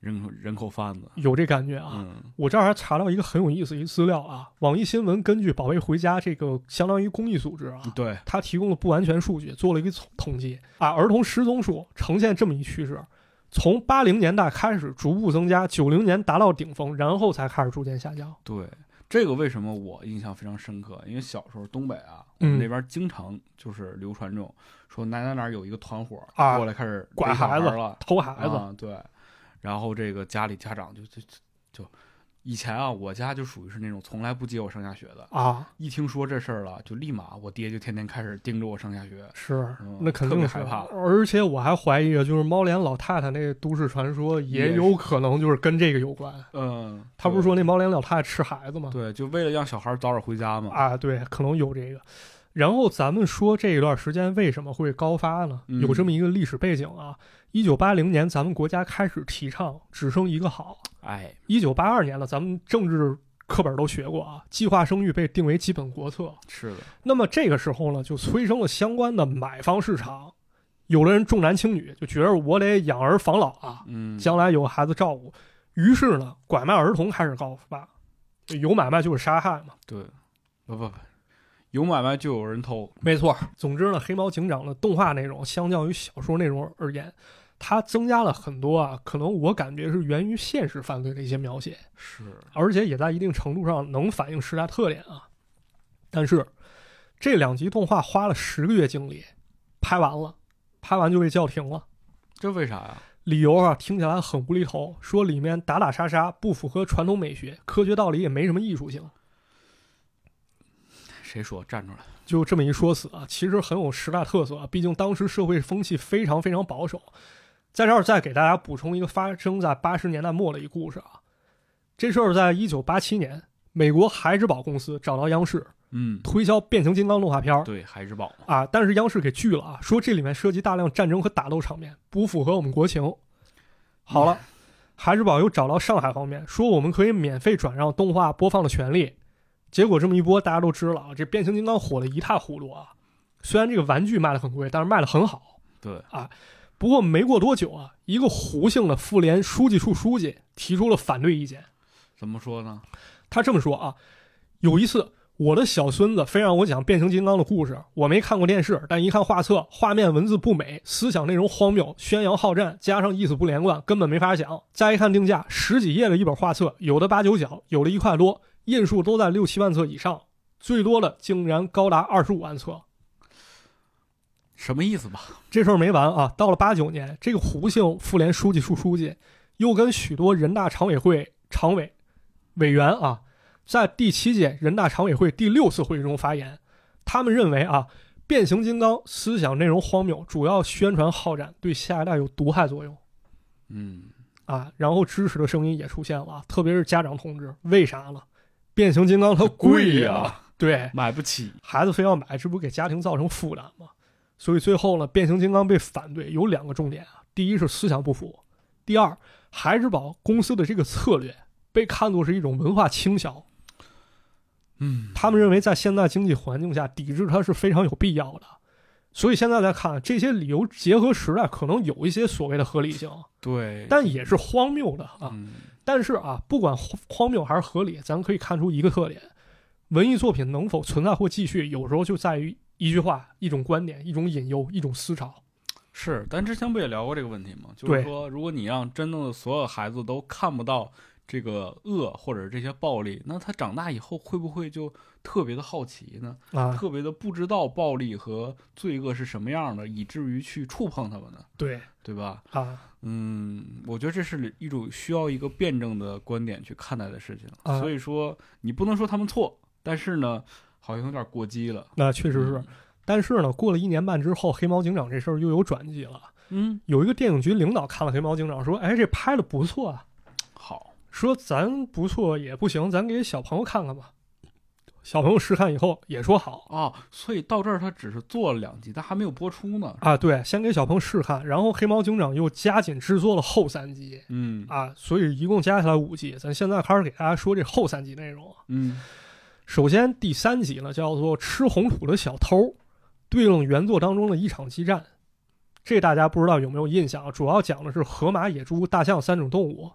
[SPEAKER 2] 人口人口贩子，
[SPEAKER 3] 有这感觉啊。
[SPEAKER 2] 嗯
[SPEAKER 3] 我这儿还查到一个很有意思一资料啊，网易新闻根据“保卫回家”这个相当于公益组织啊，
[SPEAKER 2] 对，
[SPEAKER 3] 它提供了不完全数据，做了一个统统计啊，儿童失踪数呈现这么一趋势，从八零年代开始逐步增加，九零年达到顶峰，然后才开始逐渐下降。
[SPEAKER 2] 对，这个为什么我印象非常深刻？因为小时候东北啊，我
[SPEAKER 3] 嗯
[SPEAKER 2] 们那边经常就是流传这种说哪哪哪有一个团伙
[SPEAKER 3] 啊
[SPEAKER 2] 过来开始
[SPEAKER 3] 拐
[SPEAKER 2] 逮小
[SPEAKER 3] 孩子
[SPEAKER 2] 了，
[SPEAKER 3] 偷孩子，
[SPEAKER 2] 啊，对，然后这个家里家长就就就就以前啊，我家就属于是那种从来不接我上下学的，
[SPEAKER 3] 啊，
[SPEAKER 2] 一听说这事儿了，就立马我爹就天天开始盯着我上下学。
[SPEAKER 3] 是
[SPEAKER 2] 嗯，
[SPEAKER 3] 那肯
[SPEAKER 2] 特别
[SPEAKER 3] 定是
[SPEAKER 2] 害怕
[SPEAKER 3] 而且我还怀疑啊，就是猫脸老太太那个都市传说也有可能就是跟这个有关。
[SPEAKER 2] 嗯，
[SPEAKER 3] 他不是说那猫脸老太太吃孩子吗？
[SPEAKER 2] 对，对就为了让小孩早点回家嘛。
[SPEAKER 3] 嗯啊，对，可能有这个。然后咱们说这一段时间为什么会高发呢？
[SPEAKER 2] 嗯
[SPEAKER 3] 有这么一个历史背景啊。一九八零年，咱们国家开始提倡只生一个好。
[SPEAKER 2] 哎，
[SPEAKER 3] 一九八二年了，咱们政治课本都学过啊，计划生育被定为基本国策。
[SPEAKER 2] 是的，
[SPEAKER 3] 那么这个时候呢，就催生了相关的买方市场。有的人重男轻女，就觉着我得养儿防老啊，
[SPEAKER 2] 嗯，
[SPEAKER 3] 将来有孩子照顾。于是呢，拐卖儿童开始高发，有买卖就是杀害嘛。
[SPEAKER 2] 对，不不不，有买卖就有人偷。
[SPEAKER 3] 没错。总之呢，黑猫警长的动画内容相较于小说内容而言，它增加了很多啊，可能我感觉是源于现实犯罪的一些描写，
[SPEAKER 2] 是，
[SPEAKER 3] 而且也在一定程度上能反映时代特点啊。但是这两集动画花了十个月精力拍完了，拍完就被叫停了。
[SPEAKER 2] 这为啥呀？
[SPEAKER 3] 理由啊，听起来很无厘头，说里面打打杀杀不符合传统美学，科学道理也没什么艺术性，
[SPEAKER 2] 谁说站出来？
[SPEAKER 3] 就这么一说辞啊，其实很有时代特色啊。毕竟当时社会风气非常非常保守。在这儿再给大家补充一个发生在八十年代末的一故事啊，这事儿在一九八七年，美国孩之宝公司找到央视
[SPEAKER 2] 嗯，
[SPEAKER 3] 推销变形金刚动画片儿
[SPEAKER 2] 对，孩之宝嘛。
[SPEAKER 3] 啊，但是央视给拒了啊，说这里面涉及大量战争和打斗场面，不符合我们国情。好了，孩之宝又找到上海方面，说我们可以免费转让动画播放的权利。结果这么一波，大家都知道啊，这变形金刚火得一塌糊涂啊。虽然这个玩具卖得很贵，但是卖得很好。
[SPEAKER 2] 对，
[SPEAKER 3] 不过没过多久啊，一个胡姓的妇联书记处书记提出了反对意见。
[SPEAKER 2] 怎么说呢？
[SPEAKER 3] 他这么说啊，有一次我的小孙子非让我讲变形金刚的故事，我没看过电视，但一看画册，画面文字不美，思想内容荒谬，宣扬好战，加上意思不连贯，根本没法讲。再一看定价，十几页的一本画册，有的八九角，有的一块多，印数都在六七万册以上，最多的竟然高达二十五万册。
[SPEAKER 2] 什么意思吧？
[SPEAKER 3] 这事儿没完啊！到了八九年，这个胡姓妇联书记处书记又跟许多人大常委会常委委员啊，在第七届人大常委会第六次会议中发言，他们认为啊，变形金刚思想内容荒谬，主要宣传好战，对下一代有毒害作用
[SPEAKER 2] 嗯，
[SPEAKER 3] 啊。然后支持的声音也出现了啊，特别是家长同志，为啥呢？变形金刚它贵
[SPEAKER 2] 贵呀
[SPEAKER 3] 对，
[SPEAKER 2] 买不起。
[SPEAKER 3] 孩子非要买，这不是给家庭造成负担吗？所以最后呢，变形金刚被反对有两个重点啊，第一是思想不符，第二孩之宝公司的这个策略被看作是一种文化倾销，
[SPEAKER 2] 嗯，
[SPEAKER 3] 他们认为在现在经济环境下抵制它是非常有必要的。所以现在来看，这些理由结合时代，可能有一些所谓的合理性，
[SPEAKER 2] 对，
[SPEAKER 3] 但也是荒谬的啊。
[SPEAKER 2] 嗯，
[SPEAKER 3] 但是啊，不管荒荒谬还是合理，咱们可以看出一个特点：文艺作品能否存在或继续，有时候就在于一句话、一种观点、一种引诱、一种思潮。
[SPEAKER 2] 是，咱之前不也聊过这个问题吗？就是
[SPEAKER 3] 对
[SPEAKER 2] 说，如果你让真正的所有孩子都看不到这个恶或者这些暴力，那他长大以后会不会就特别的好奇呢？
[SPEAKER 3] 啊，
[SPEAKER 2] 特别的不知道暴力和罪恶是什么样的，以至于去触碰他们呢？
[SPEAKER 3] 对
[SPEAKER 2] 对吧？
[SPEAKER 3] 啊，
[SPEAKER 2] 嗯，我觉得这是一种需要一个辩证的观点去看待的事情。
[SPEAKER 3] 啊
[SPEAKER 2] 所以说，你不能说他们错，但是呢，好像有点过激了。
[SPEAKER 3] 那确实是。但是呢，过了一年半之后，黑猫警长这事儿又有转机了。
[SPEAKER 2] 嗯，
[SPEAKER 3] 有一个电影局领导看了黑猫警长，说：“哎，这拍的不错啊，
[SPEAKER 2] 好，
[SPEAKER 3] 说咱不错也不行，咱给小朋友看看吧。”小朋友试看以后也说好，
[SPEAKER 2] 哦，所以到这儿他只是做了两集，但还没有播出呢。
[SPEAKER 3] 啊，对，先给小朋友试看，然后黑猫警长又加紧制作了后三集
[SPEAKER 2] 嗯
[SPEAKER 3] 啊，所以一共加起来五集。咱现在开始给大家说这后三集内容啊。
[SPEAKER 2] 嗯
[SPEAKER 3] 首先第三集呢，叫做《吃红土的小偷》，对应原作当中的一场激战。这大家不知道有没有印象啊？主要讲的是河马、野猪、大象三种动物，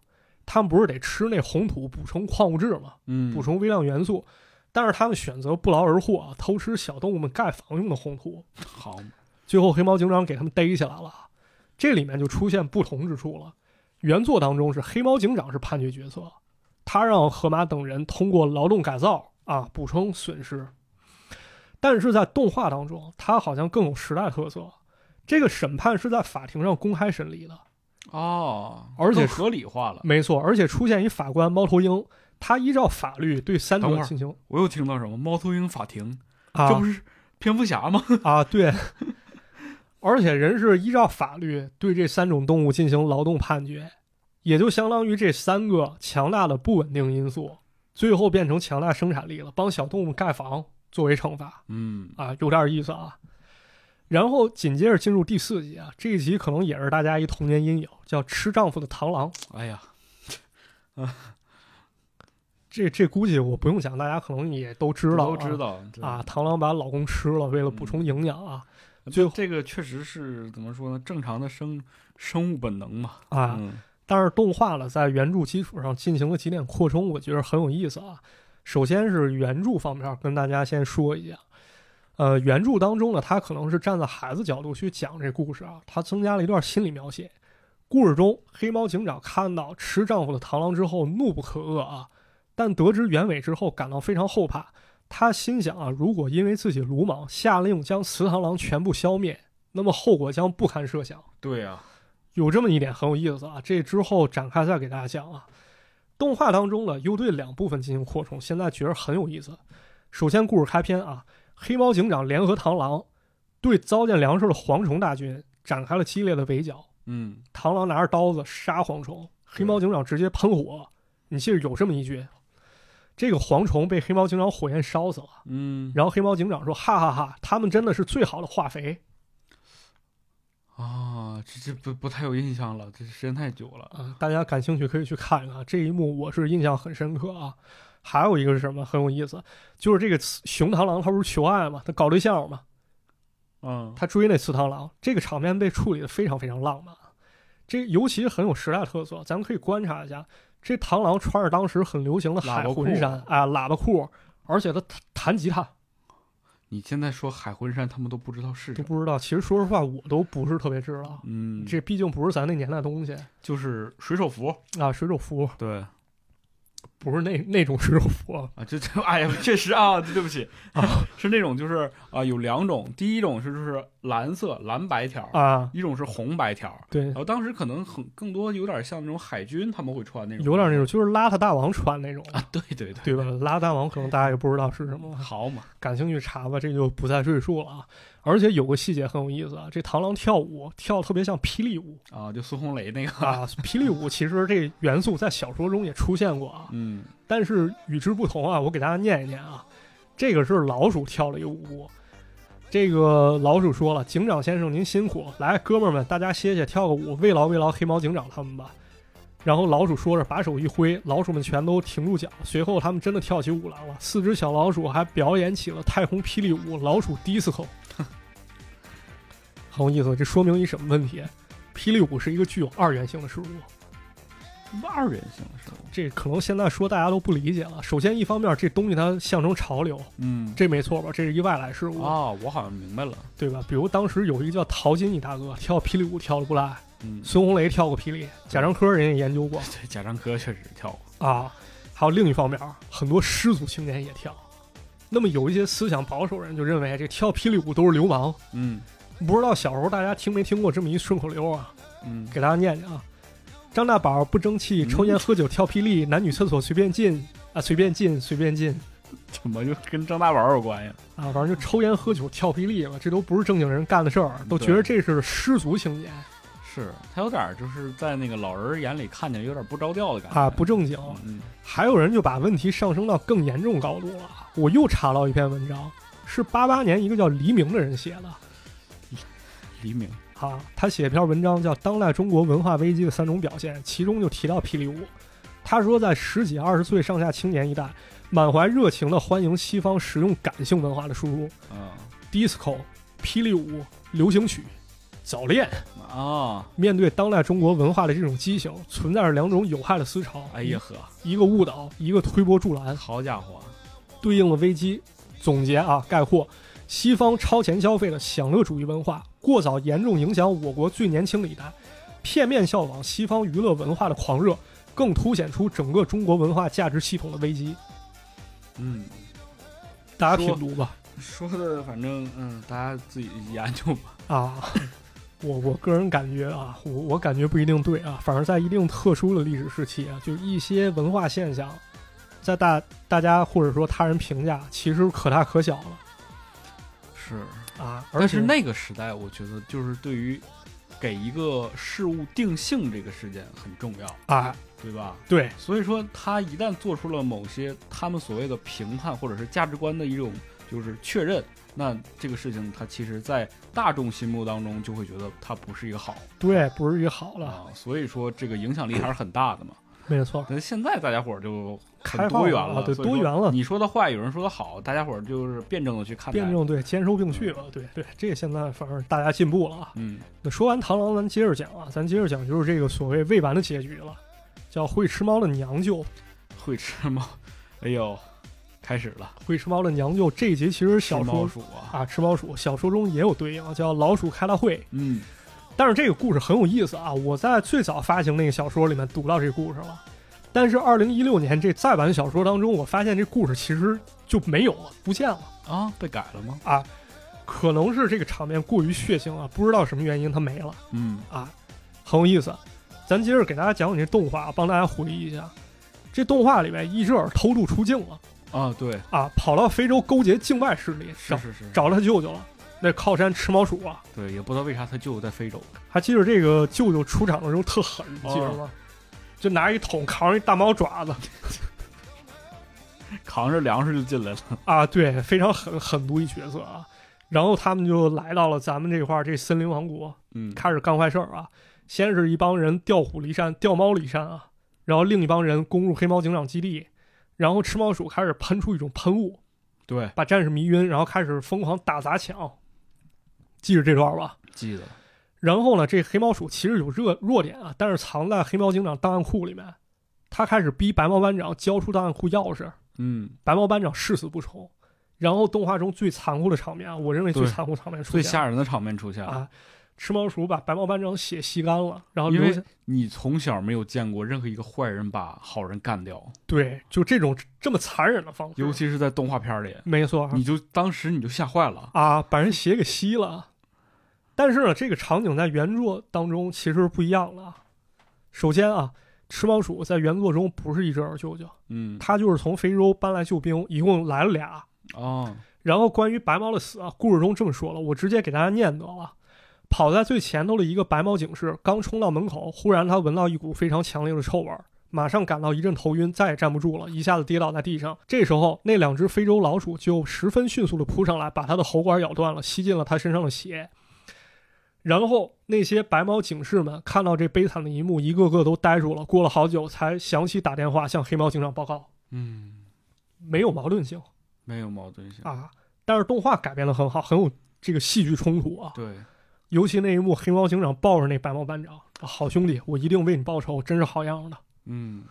[SPEAKER 3] 它们不是得吃那红土补充矿物质吗？
[SPEAKER 2] 嗯，
[SPEAKER 3] 补充微量元素，但是它们选择不劳而获啊，偷吃小动物们盖房用的红土。
[SPEAKER 2] 好嘛，
[SPEAKER 3] 最后黑猫警长给他们逮起来了。这里面就出现不同之处了。原作当中是黑猫警长是判决角色，他让河马等人通过劳动改造啊补充损失，但是在动画当中，他好像更有时代特色。这个审判是在法庭上公开审理的，
[SPEAKER 2] 哦，
[SPEAKER 3] 而
[SPEAKER 2] 更
[SPEAKER 3] 且
[SPEAKER 2] 合理化了。
[SPEAKER 3] 没错，而且出现一法官猫头鹰，他依照法律对三
[SPEAKER 2] 等会
[SPEAKER 3] 者
[SPEAKER 2] 儿
[SPEAKER 3] 进行
[SPEAKER 2] 我又听到什么猫头鹰法庭，
[SPEAKER 3] 啊
[SPEAKER 2] 这不是蝙蝠侠吗？
[SPEAKER 3] 啊，对。而且人是依照法律对这三种动物进行劳动判决，也就相当于这三个强大的不稳定因素，最后变成强大生产力了，帮小动物盖房作为惩罚
[SPEAKER 2] 嗯
[SPEAKER 3] 啊，有点意思啊。然后紧接着进入第四集啊，这一集可能也是大家一童年阴影，叫《吃丈夫的螳螂》。
[SPEAKER 2] 哎呀，
[SPEAKER 3] 这这估计我不用讲，大家可能也都知道、
[SPEAKER 2] 都知道嗯
[SPEAKER 3] 啊。。螳螂把老公吃了，为了补充营养啊
[SPEAKER 2] 这
[SPEAKER 3] 最后
[SPEAKER 2] 这个确实是怎么说呢？正常的生生物本能嘛。
[SPEAKER 3] 啊。
[SPEAKER 2] 嗯
[SPEAKER 3] 但是动画呢，在原著基础上进行了几点扩充，我觉得很有意思啊。首先是原著方面，跟大家先说一下。呃，原著当中呢，他可能是站在孩子角度去讲这故事啊，他增加了一段心理描写。故事中，黑猫警长看到吃丈夫的螳螂之后，怒不可遏啊，但得知原委之后，感到非常后怕。他心想啊，如果因为自己鲁莽下令将雌螳螂全部消灭，那么后果将不堪设想。
[SPEAKER 2] 对啊呀，
[SPEAKER 3] 有这么一点很有意思啊，这之后展开再给大家讲啊。动画当中呢，又对两部分进行扩充，现在觉得很有意思。首先，故事开篇啊，黑猫警长联合螳螂对糟践粮食的蝗虫大军展开了激烈的围剿。
[SPEAKER 2] 嗯，
[SPEAKER 3] 螳螂拿着刀子杀蝗虫，黑猫警长直接喷火。你记得有这么一句，这个蝗虫被黑猫警长火焰烧死了。
[SPEAKER 2] 嗯
[SPEAKER 3] 然后黑猫警长说：“哈哈哈他们真的是最好的化肥
[SPEAKER 2] 啊，这这不不太有印象了，这时间太久了。
[SPEAKER 3] 啊、大家感兴趣可以去看一看这一幕，我是印象很深刻啊。还有一个是什么很有意思，就是这个雌雄螳螂它不是求爱嘛，它搞对象嘛，
[SPEAKER 2] 嗯，
[SPEAKER 3] 它追那雌螳螂，这个场面被处理的非常非常浪漫，这尤其很有时代特色。咱们可以观察一下，这螳螂穿着当时很流行的
[SPEAKER 2] 喇叭
[SPEAKER 3] 海哎
[SPEAKER 2] 裤
[SPEAKER 3] 魂衫啊、喇叭裤，而且他弹弹吉他
[SPEAKER 2] 你现在说海魂衫，他们都不知道是什
[SPEAKER 3] 都
[SPEAKER 2] 么。
[SPEAKER 3] 不知道。其实说实话，我都不是特别知道，
[SPEAKER 2] 嗯，
[SPEAKER 3] 这毕竟不是咱那年代东西
[SPEAKER 2] 就是水手服。
[SPEAKER 3] 啊。水手服
[SPEAKER 2] 对
[SPEAKER 3] 不是那那种水手服，
[SPEAKER 2] 啊，就就哎呀，确实啊，对不起
[SPEAKER 3] 啊，
[SPEAKER 2] 是那种就是啊、有两种，第一种是就是蓝色蓝白条，
[SPEAKER 3] 啊，
[SPEAKER 2] 一种是红白条。
[SPEAKER 3] 对
[SPEAKER 2] 然，后当时可能很更多有点像那种海军他们会穿那种，
[SPEAKER 3] 有点那种就是邋遢大王穿那种，
[SPEAKER 2] 啊，对对对，
[SPEAKER 3] 对吧？邋遢大王可能大家也不知道是什么，
[SPEAKER 2] 好嘛，
[SPEAKER 3] 感兴趣查吧，这就不再赘述了啊。而且有个细节很有意思啊，这螳螂跳舞跳得特别像霹雳舞
[SPEAKER 2] 啊，就孙红雷那个，
[SPEAKER 3] 啊，霹雳舞其实这元素在小说中也出现过啊，
[SPEAKER 2] 嗯
[SPEAKER 3] 但是与之不同啊，我给大家念一念啊，这个是老鼠跳了一个舞。这个老鼠说了：“警长先生，您辛苦，来，哥们儿们，大家歇歇，跳个舞，慰劳慰劳黑毛警长他们吧。”然后老鼠说着，把手一挥，老鼠们全都停住脚。随后，他们真的跳起舞来了。四只小老鼠还表演起了太空霹雳舞、老鼠 disco，很有意思。这说明一什么问题？霹雳舞是一个具有二元性的事物。
[SPEAKER 2] 二人行的是吧？
[SPEAKER 3] 这可能现在说大家都不理解了。首先，一方面这东西它象征潮流，
[SPEAKER 2] 嗯，
[SPEAKER 3] 这没错吧？这是一外来事物，
[SPEAKER 2] 啊，我好像明白了，
[SPEAKER 3] 对吧？比如当时有一个叫陶金你大哥跳霹雳舞跳的不赖，
[SPEAKER 2] 嗯，
[SPEAKER 3] 孙红雷跳过霹雳，贾樟柯人也研究过
[SPEAKER 2] 对，贾樟柯确实跳过，
[SPEAKER 3] 啊。还有另一方面，很多失足青年也跳。那么有一些思想保守人就认为这跳霹雳舞都是流氓，
[SPEAKER 2] 嗯
[SPEAKER 3] 不知道小时候大家听没听过这么一顺口溜啊？
[SPEAKER 2] 嗯，
[SPEAKER 3] 给大家念念啊。张大宝不争气，抽烟喝酒跳霹雳，男女厕所随便进啊，随便进，随便进。
[SPEAKER 2] 怎么就跟张大宝有关系？
[SPEAKER 3] 啊，反正就抽烟喝酒跳霹雳了，这都不是正经人干的事儿，都觉得这是失足青年啊
[SPEAKER 2] 是他有点儿就是在那个老人眼里看起来有点不着调的感觉
[SPEAKER 3] 啊，不正经。
[SPEAKER 2] 嗯
[SPEAKER 3] 还有人就把问题上升到更严重高度了。我又查到一篇文章，是八八年一个叫黎明的人写的
[SPEAKER 2] 黎明，
[SPEAKER 3] 啊，他写一篇文章叫《当代中国文化危机的三种表现》，其中就提到霹雳舞。他说，在十几二十岁上下青年一代，满怀热情地欢迎西方实用感性文化的输入
[SPEAKER 2] 嗯
[SPEAKER 3] ，disco、霹雳舞、流行曲、早恋。
[SPEAKER 2] 啊，
[SPEAKER 3] 面对当代中国文化的这种畸形，存在着两种有害的思潮。
[SPEAKER 2] 哎呀，呵，
[SPEAKER 3] 一个误导，一个推波助澜，
[SPEAKER 2] 好家伙，啊
[SPEAKER 3] 对应了危机。总结啊，概括：西方超前消费的享乐主义文化，过早严重影响我国最年轻的一代，片面效仿西方娱乐文化的狂热，更凸显出整个中国文化价值系统的危机。
[SPEAKER 2] 嗯。
[SPEAKER 3] 大家
[SPEAKER 2] 说
[SPEAKER 3] 品读吧。
[SPEAKER 2] 说的反正嗯，大家自己研究吧。
[SPEAKER 3] 啊， 我我个人感觉啊，我我感觉不一定对啊，反而在一定特殊的历史时期啊，就一些文化现象，在大大家或者说他人评价，其实可大可小了
[SPEAKER 2] 是，
[SPEAKER 3] 啊。而
[SPEAKER 2] 但
[SPEAKER 3] 且
[SPEAKER 2] 是那个时代，我觉得就是对于给一个事物定性这个事件很重要，
[SPEAKER 3] 啊，
[SPEAKER 2] 对吧？
[SPEAKER 3] 对
[SPEAKER 2] 所以说，他一旦做出了某些他们所谓的评判或者是价值观的一种就是确认，那这个事情他其实在大众心目当中就会觉得它不是一个好
[SPEAKER 3] 对，不是一个好了，
[SPEAKER 2] 啊，所以说这个影响力还是很大 的嘛。
[SPEAKER 3] 没错。
[SPEAKER 2] 但现在大家伙儿就
[SPEAKER 3] 开
[SPEAKER 2] 很
[SPEAKER 3] 放
[SPEAKER 2] 多元
[SPEAKER 3] 了对
[SPEAKER 2] 所以
[SPEAKER 3] 多
[SPEAKER 2] 说
[SPEAKER 3] 元了
[SPEAKER 2] 你说的坏，有人说的好，大家伙儿就是辩证的去看待。
[SPEAKER 3] 辩证对，兼收并蓄吧，对对，这个现在反正大家进步了啊。
[SPEAKER 2] 嗯
[SPEAKER 3] 那说完螳螂，咱接着讲啊，咱接着讲就是这个所谓未完的结局了，叫会吃猫的娘舅。，
[SPEAKER 2] 会吃猫， 哎呦，开始了，
[SPEAKER 3] 会吃猫的娘舅这一集其
[SPEAKER 2] 吃
[SPEAKER 3] 实小说
[SPEAKER 2] 猫鼠啊，
[SPEAKER 3] 啊，吃猫鼠小说中也有对应，叫《老鼠开大会》。
[SPEAKER 2] 嗯
[SPEAKER 3] 但是这个故事很有意思啊，我在最早发行那个小说里面读到这故事了。但是二零一六年这再版小说当中，我发现这故事其实就没有了，不见了。
[SPEAKER 2] 啊，被改了吗？
[SPEAKER 3] 可能是这个场面过于血腥啊，不知道什么原因它没了
[SPEAKER 2] 嗯
[SPEAKER 3] 啊，很有意思。咱接着给大家讲讲这动画，帮大家回忆一下。这动画里面，一只耳偷渡出境了
[SPEAKER 2] 啊，对，
[SPEAKER 3] 啊，跑到非洲勾结境外势力，
[SPEAKER 2] 是
[SPEAKER 3] 找
[SPEAKER 2] 是是，
[SPEAKER 3] 找他舅舅了。那靠山吃毛鼠啊，
[SPEAKER 2] 对，也不知道为啥他舅在非 洲，
[SPEAKER 3] 还记得这个舅舅出场的时候特狠，
[SPEAKER 2] 哦
[SPEAKER 3] 记得吗？就拿一桶扛着一大猫爪子
[SPEAKER 2] 扛着粮食就进来了，
[SPEAKER 3] 啊，对，非常狠狠毒一角色啊。然后他们就来到了咱们这块儿这森林王国，
[SPEAKER 2] 嗯，
[SPEAKER 3] 开始干坏事儿啊。先是一帮人调虎离山，调猫离山啊，然后另一帮人攻入黑猫警长基地，然后吃猫鼠开始喷出一种喷雾，
[SPEAKER 2] 对，
[SPEAKER 3] 把战士迷晕，然后开始疯狂打砸抢。记着这段吧。
[SPEAKER 2] 记得，
[SPEAKER 3] 然后呢，这黑猫鼠其实有弱弱点啊，但是藏在黑猫警长档案库里面。他开始逼白猫班长交出档案库钥匙
[SPEAKER 2] 嗯，
[SPEAKER 3] 白毛班长誓死不从。然后动画中最残酷的场面啊，我认为最
[SPEAKER 2] 对
[SPEAKER 3] 残酷场面出
[SPEAKER 2] 最
[SPEAKER 3] 现
[SPEAKER 2] 吓人的场面出现了。
[SPEAKER 3] 啊，吃毛鼠把白毛班长血吸干了，然后
[SPEAKER 2] 因
[SPEAKER 3] 留
[SPEAKER 2] 为
[SPEAKER 3] 下
[SPEAKER 2] 你从小没有见过任何一个坏人把好人干掉，
[SPEAKER 3] 对，就这种这么残忍的方式，
[SPEAKER 2] 尤其是在啊动画片里，
[SPEAKER 3] 没错
[SPEAKER 2] 你就当时你就吓坏了。
[SPEAKER 3] 啊，把人血给吸了。但是呢，这个场景在原作当中其实不一样了啊。首先啊，吃毛鼠在原作中不是一只二舅舅，
[SPEAKER 2] 嗯，
[SPEAKER 3] 他就是从非洲搬来救兵，一共来了俩。
[SPEAKER 2] 哦，
[SPEAKER 3] 然后关于白毛的死啊，故事中这么说了，我直接给大家念得了。跑在最前头的一个白毛警士刚冲到门口，忽然他闻到一股非常强烈的臭味儿，马上感到一阵头晕，再也站不住了，一下子跌倒在地上。这时候，那两只非洲老鼠就十分迅速地扑上来，把他的喉管咬断了，吸进了他身上的血。然后那些白毛警士们看到这悲惨的一幕，一个个都呆住了。过了好久，才想起打电话向黑猫警长报告，
[SPEAKER 2] 嗯，
[SPEAKER 3] 没有矛盾性。
[SPEAKER 2] 没有矛盾性。
[SPEAKER 3] 啊，但是动画改编的很好，很有这个戏剧冲突啊。
[SPEAKER 2] 对，
[SPEAKER 3] 尤其那一幕，黑猫警长抱着那白毛班长，啊好兄弟，我一定为你报仇，真是好样的。
[SPEAKER 2] 嗯，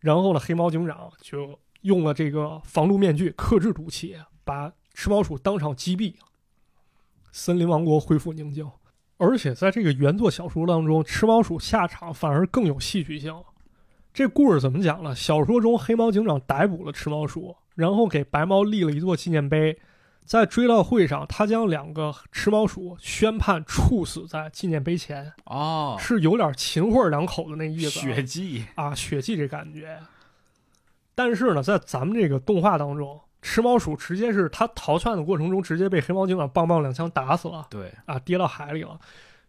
[SPEAKER 3] 然后呢，黑猫警长就用了这个防毒面具克制毒气，把吃猫鼠当场击毙。森林王国恢复宁静，而且在这个原作小说当中，吃猫鼠下场反而更有戏剧性。这故事怎么讲呢？小说中，黑猫警长逮捕了吃猫鼠，然后给白猫立了一座纪念碑。在追悼会上，他将两个吃猫鼠宣判处死在纪念碑前，
[SPEAKER 2] 哦，
[SPEAKER 3] 是有点秦桧两口子那意思啊。
[SPEAKER 2] 血迹，
[SPEAKER 3] 啊，血迹这感觉。但是呢，在咱们这个动画当中，吃猫鼠直接是他逃窜的过程中，直接被黑猫警长棒棒两枪打死了
[SPEAKER 2] 对，
[SPEAKER 3] 啊，跌到海里了。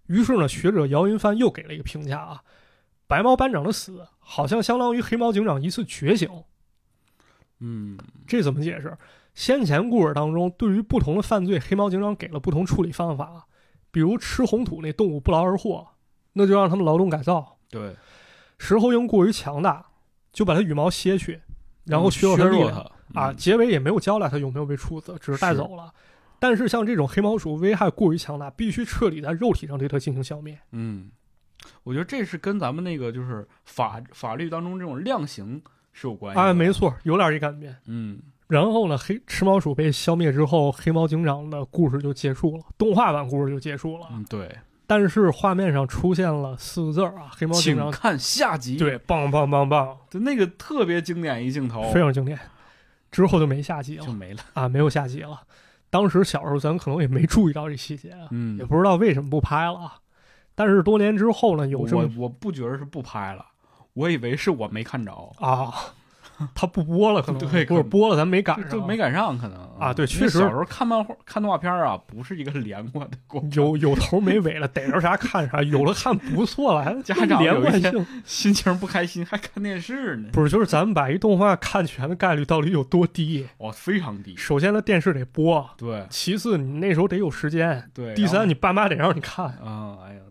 [SPEAKER 3] 于是呢，学者姚云帆又给了一个评价啊，白猫班长的死好像相当于黑猫警长一次觉醒，
[SPEAKER 2] 嗯，
[SPEAKER 3] 这怎么解释？先前故事当中，对于不同的犯罪，黑猫警长给了不同处理方法，比如吃红土那动物不劳而获，那就让他们劳动改造，
[SPEAKER 2] 对，
[SPEAKER 3] 石猴鹰过于强大，就把它羽毛削去，然后削
[SPEAKER 2] 嗯削
[SPEAKER 3] 弱它的力
[SPEAKER 2] 弱
[SPEAKER 3] 量
[SPEAKER 2] 他嗯
[SPEAKER 3] 啊。，结尾也没有交代它有没有被处死，只是带走了。但是像这种黑毛鼠危害过于强大，必须彻底在肉体上对它进行消灭。
[SPEAKER 2] 嗯，我觉得这是跟咱们那个就是法法律当中这种量刑是有关系的。
[SPEAKER 3] 啊，没，错，有点这感觉。
[SPEAKER 2] 嗯，
[SPEAKER 3] 然后呢，黑吃毛鼠被消灭之后，黑猫警长的故事就结束了，动画版故事就结束了。
[SPEAKER 2] 嗯，对，
[SPEAKER 3] 但是画面上出现了四个字儿啊，黑猫警
[SPEAKER 2] 请哦
[SPEAKER 3] 长
[SPEAKER 2] 看下集。
[SPEAKER 3] 对，棒棒棒棒，
[SPEAKER 2] 就那个特别经典一镜头，
[SPEAKER 3] 非常经典。之后就没下集了
[SPEAKER 2] 就。 没了。
[SPEAKER 3] 啊，没有下集了。当时小时候咱可能也没注意到这细节啊，
[SPEAKER 2] 嗯
[SPEAKER 3] 也，不知道为什么不拍了啊。但是多年之后呢，有这
[SPEAKER 2] 我
[SPEAKER 3] 么
[SPEAKER 2] 我不觉得是不拍了，我以为是我没看着，
[SPEAKER 3] 啊，他不播了，可能
[SPEAKER 2] 对可
[SPEAKER 3] 或者
[SPEAKER 2] 能
[SPEAKER 3] 播了咱没赶
[SPEAKER 2] 就
[SPEAKER 3] 上，
[SPEAKER 2] 就没赶上，可能
[SPEAKER 3] 啊对
[SPEAKER 2] 因为
[SPEAKER 3] 确实
[SPEAKER 2] 小时候看漫画、看动画片啊，不是一个连贯的过程。
[SPEAKER 3] 有有头没尾了，逮着啥看啥，有了看不错了，还
[SPEAKER 2] 家长
[SPEAKER 3] 连
[SPEAKER 2] 有
[SPEAKER 3] 贯
[SPEAKER 2] 一天
[SPEAKER 3] 性
[SPEAKER 2] 心情不开心还看电视呢，
[SPEAKER 3] 不是就是咱们把一动画看全的概率到底有多低？
[SPEAKER 2] 哇，哦非常低。
[SPEAKER 3] 首先，它电视得播，
[SPEAKER 2] 对
[SPEAKER 3] 其次你那时候得有时间，
[SPEAKER 2] 对，
[SPEAKER 3] 第三
[SPEAKER 2] 然
[SPEAKER 3] 你爸妈得让你看，
[SPEAKER 2] 后啊，哎呀，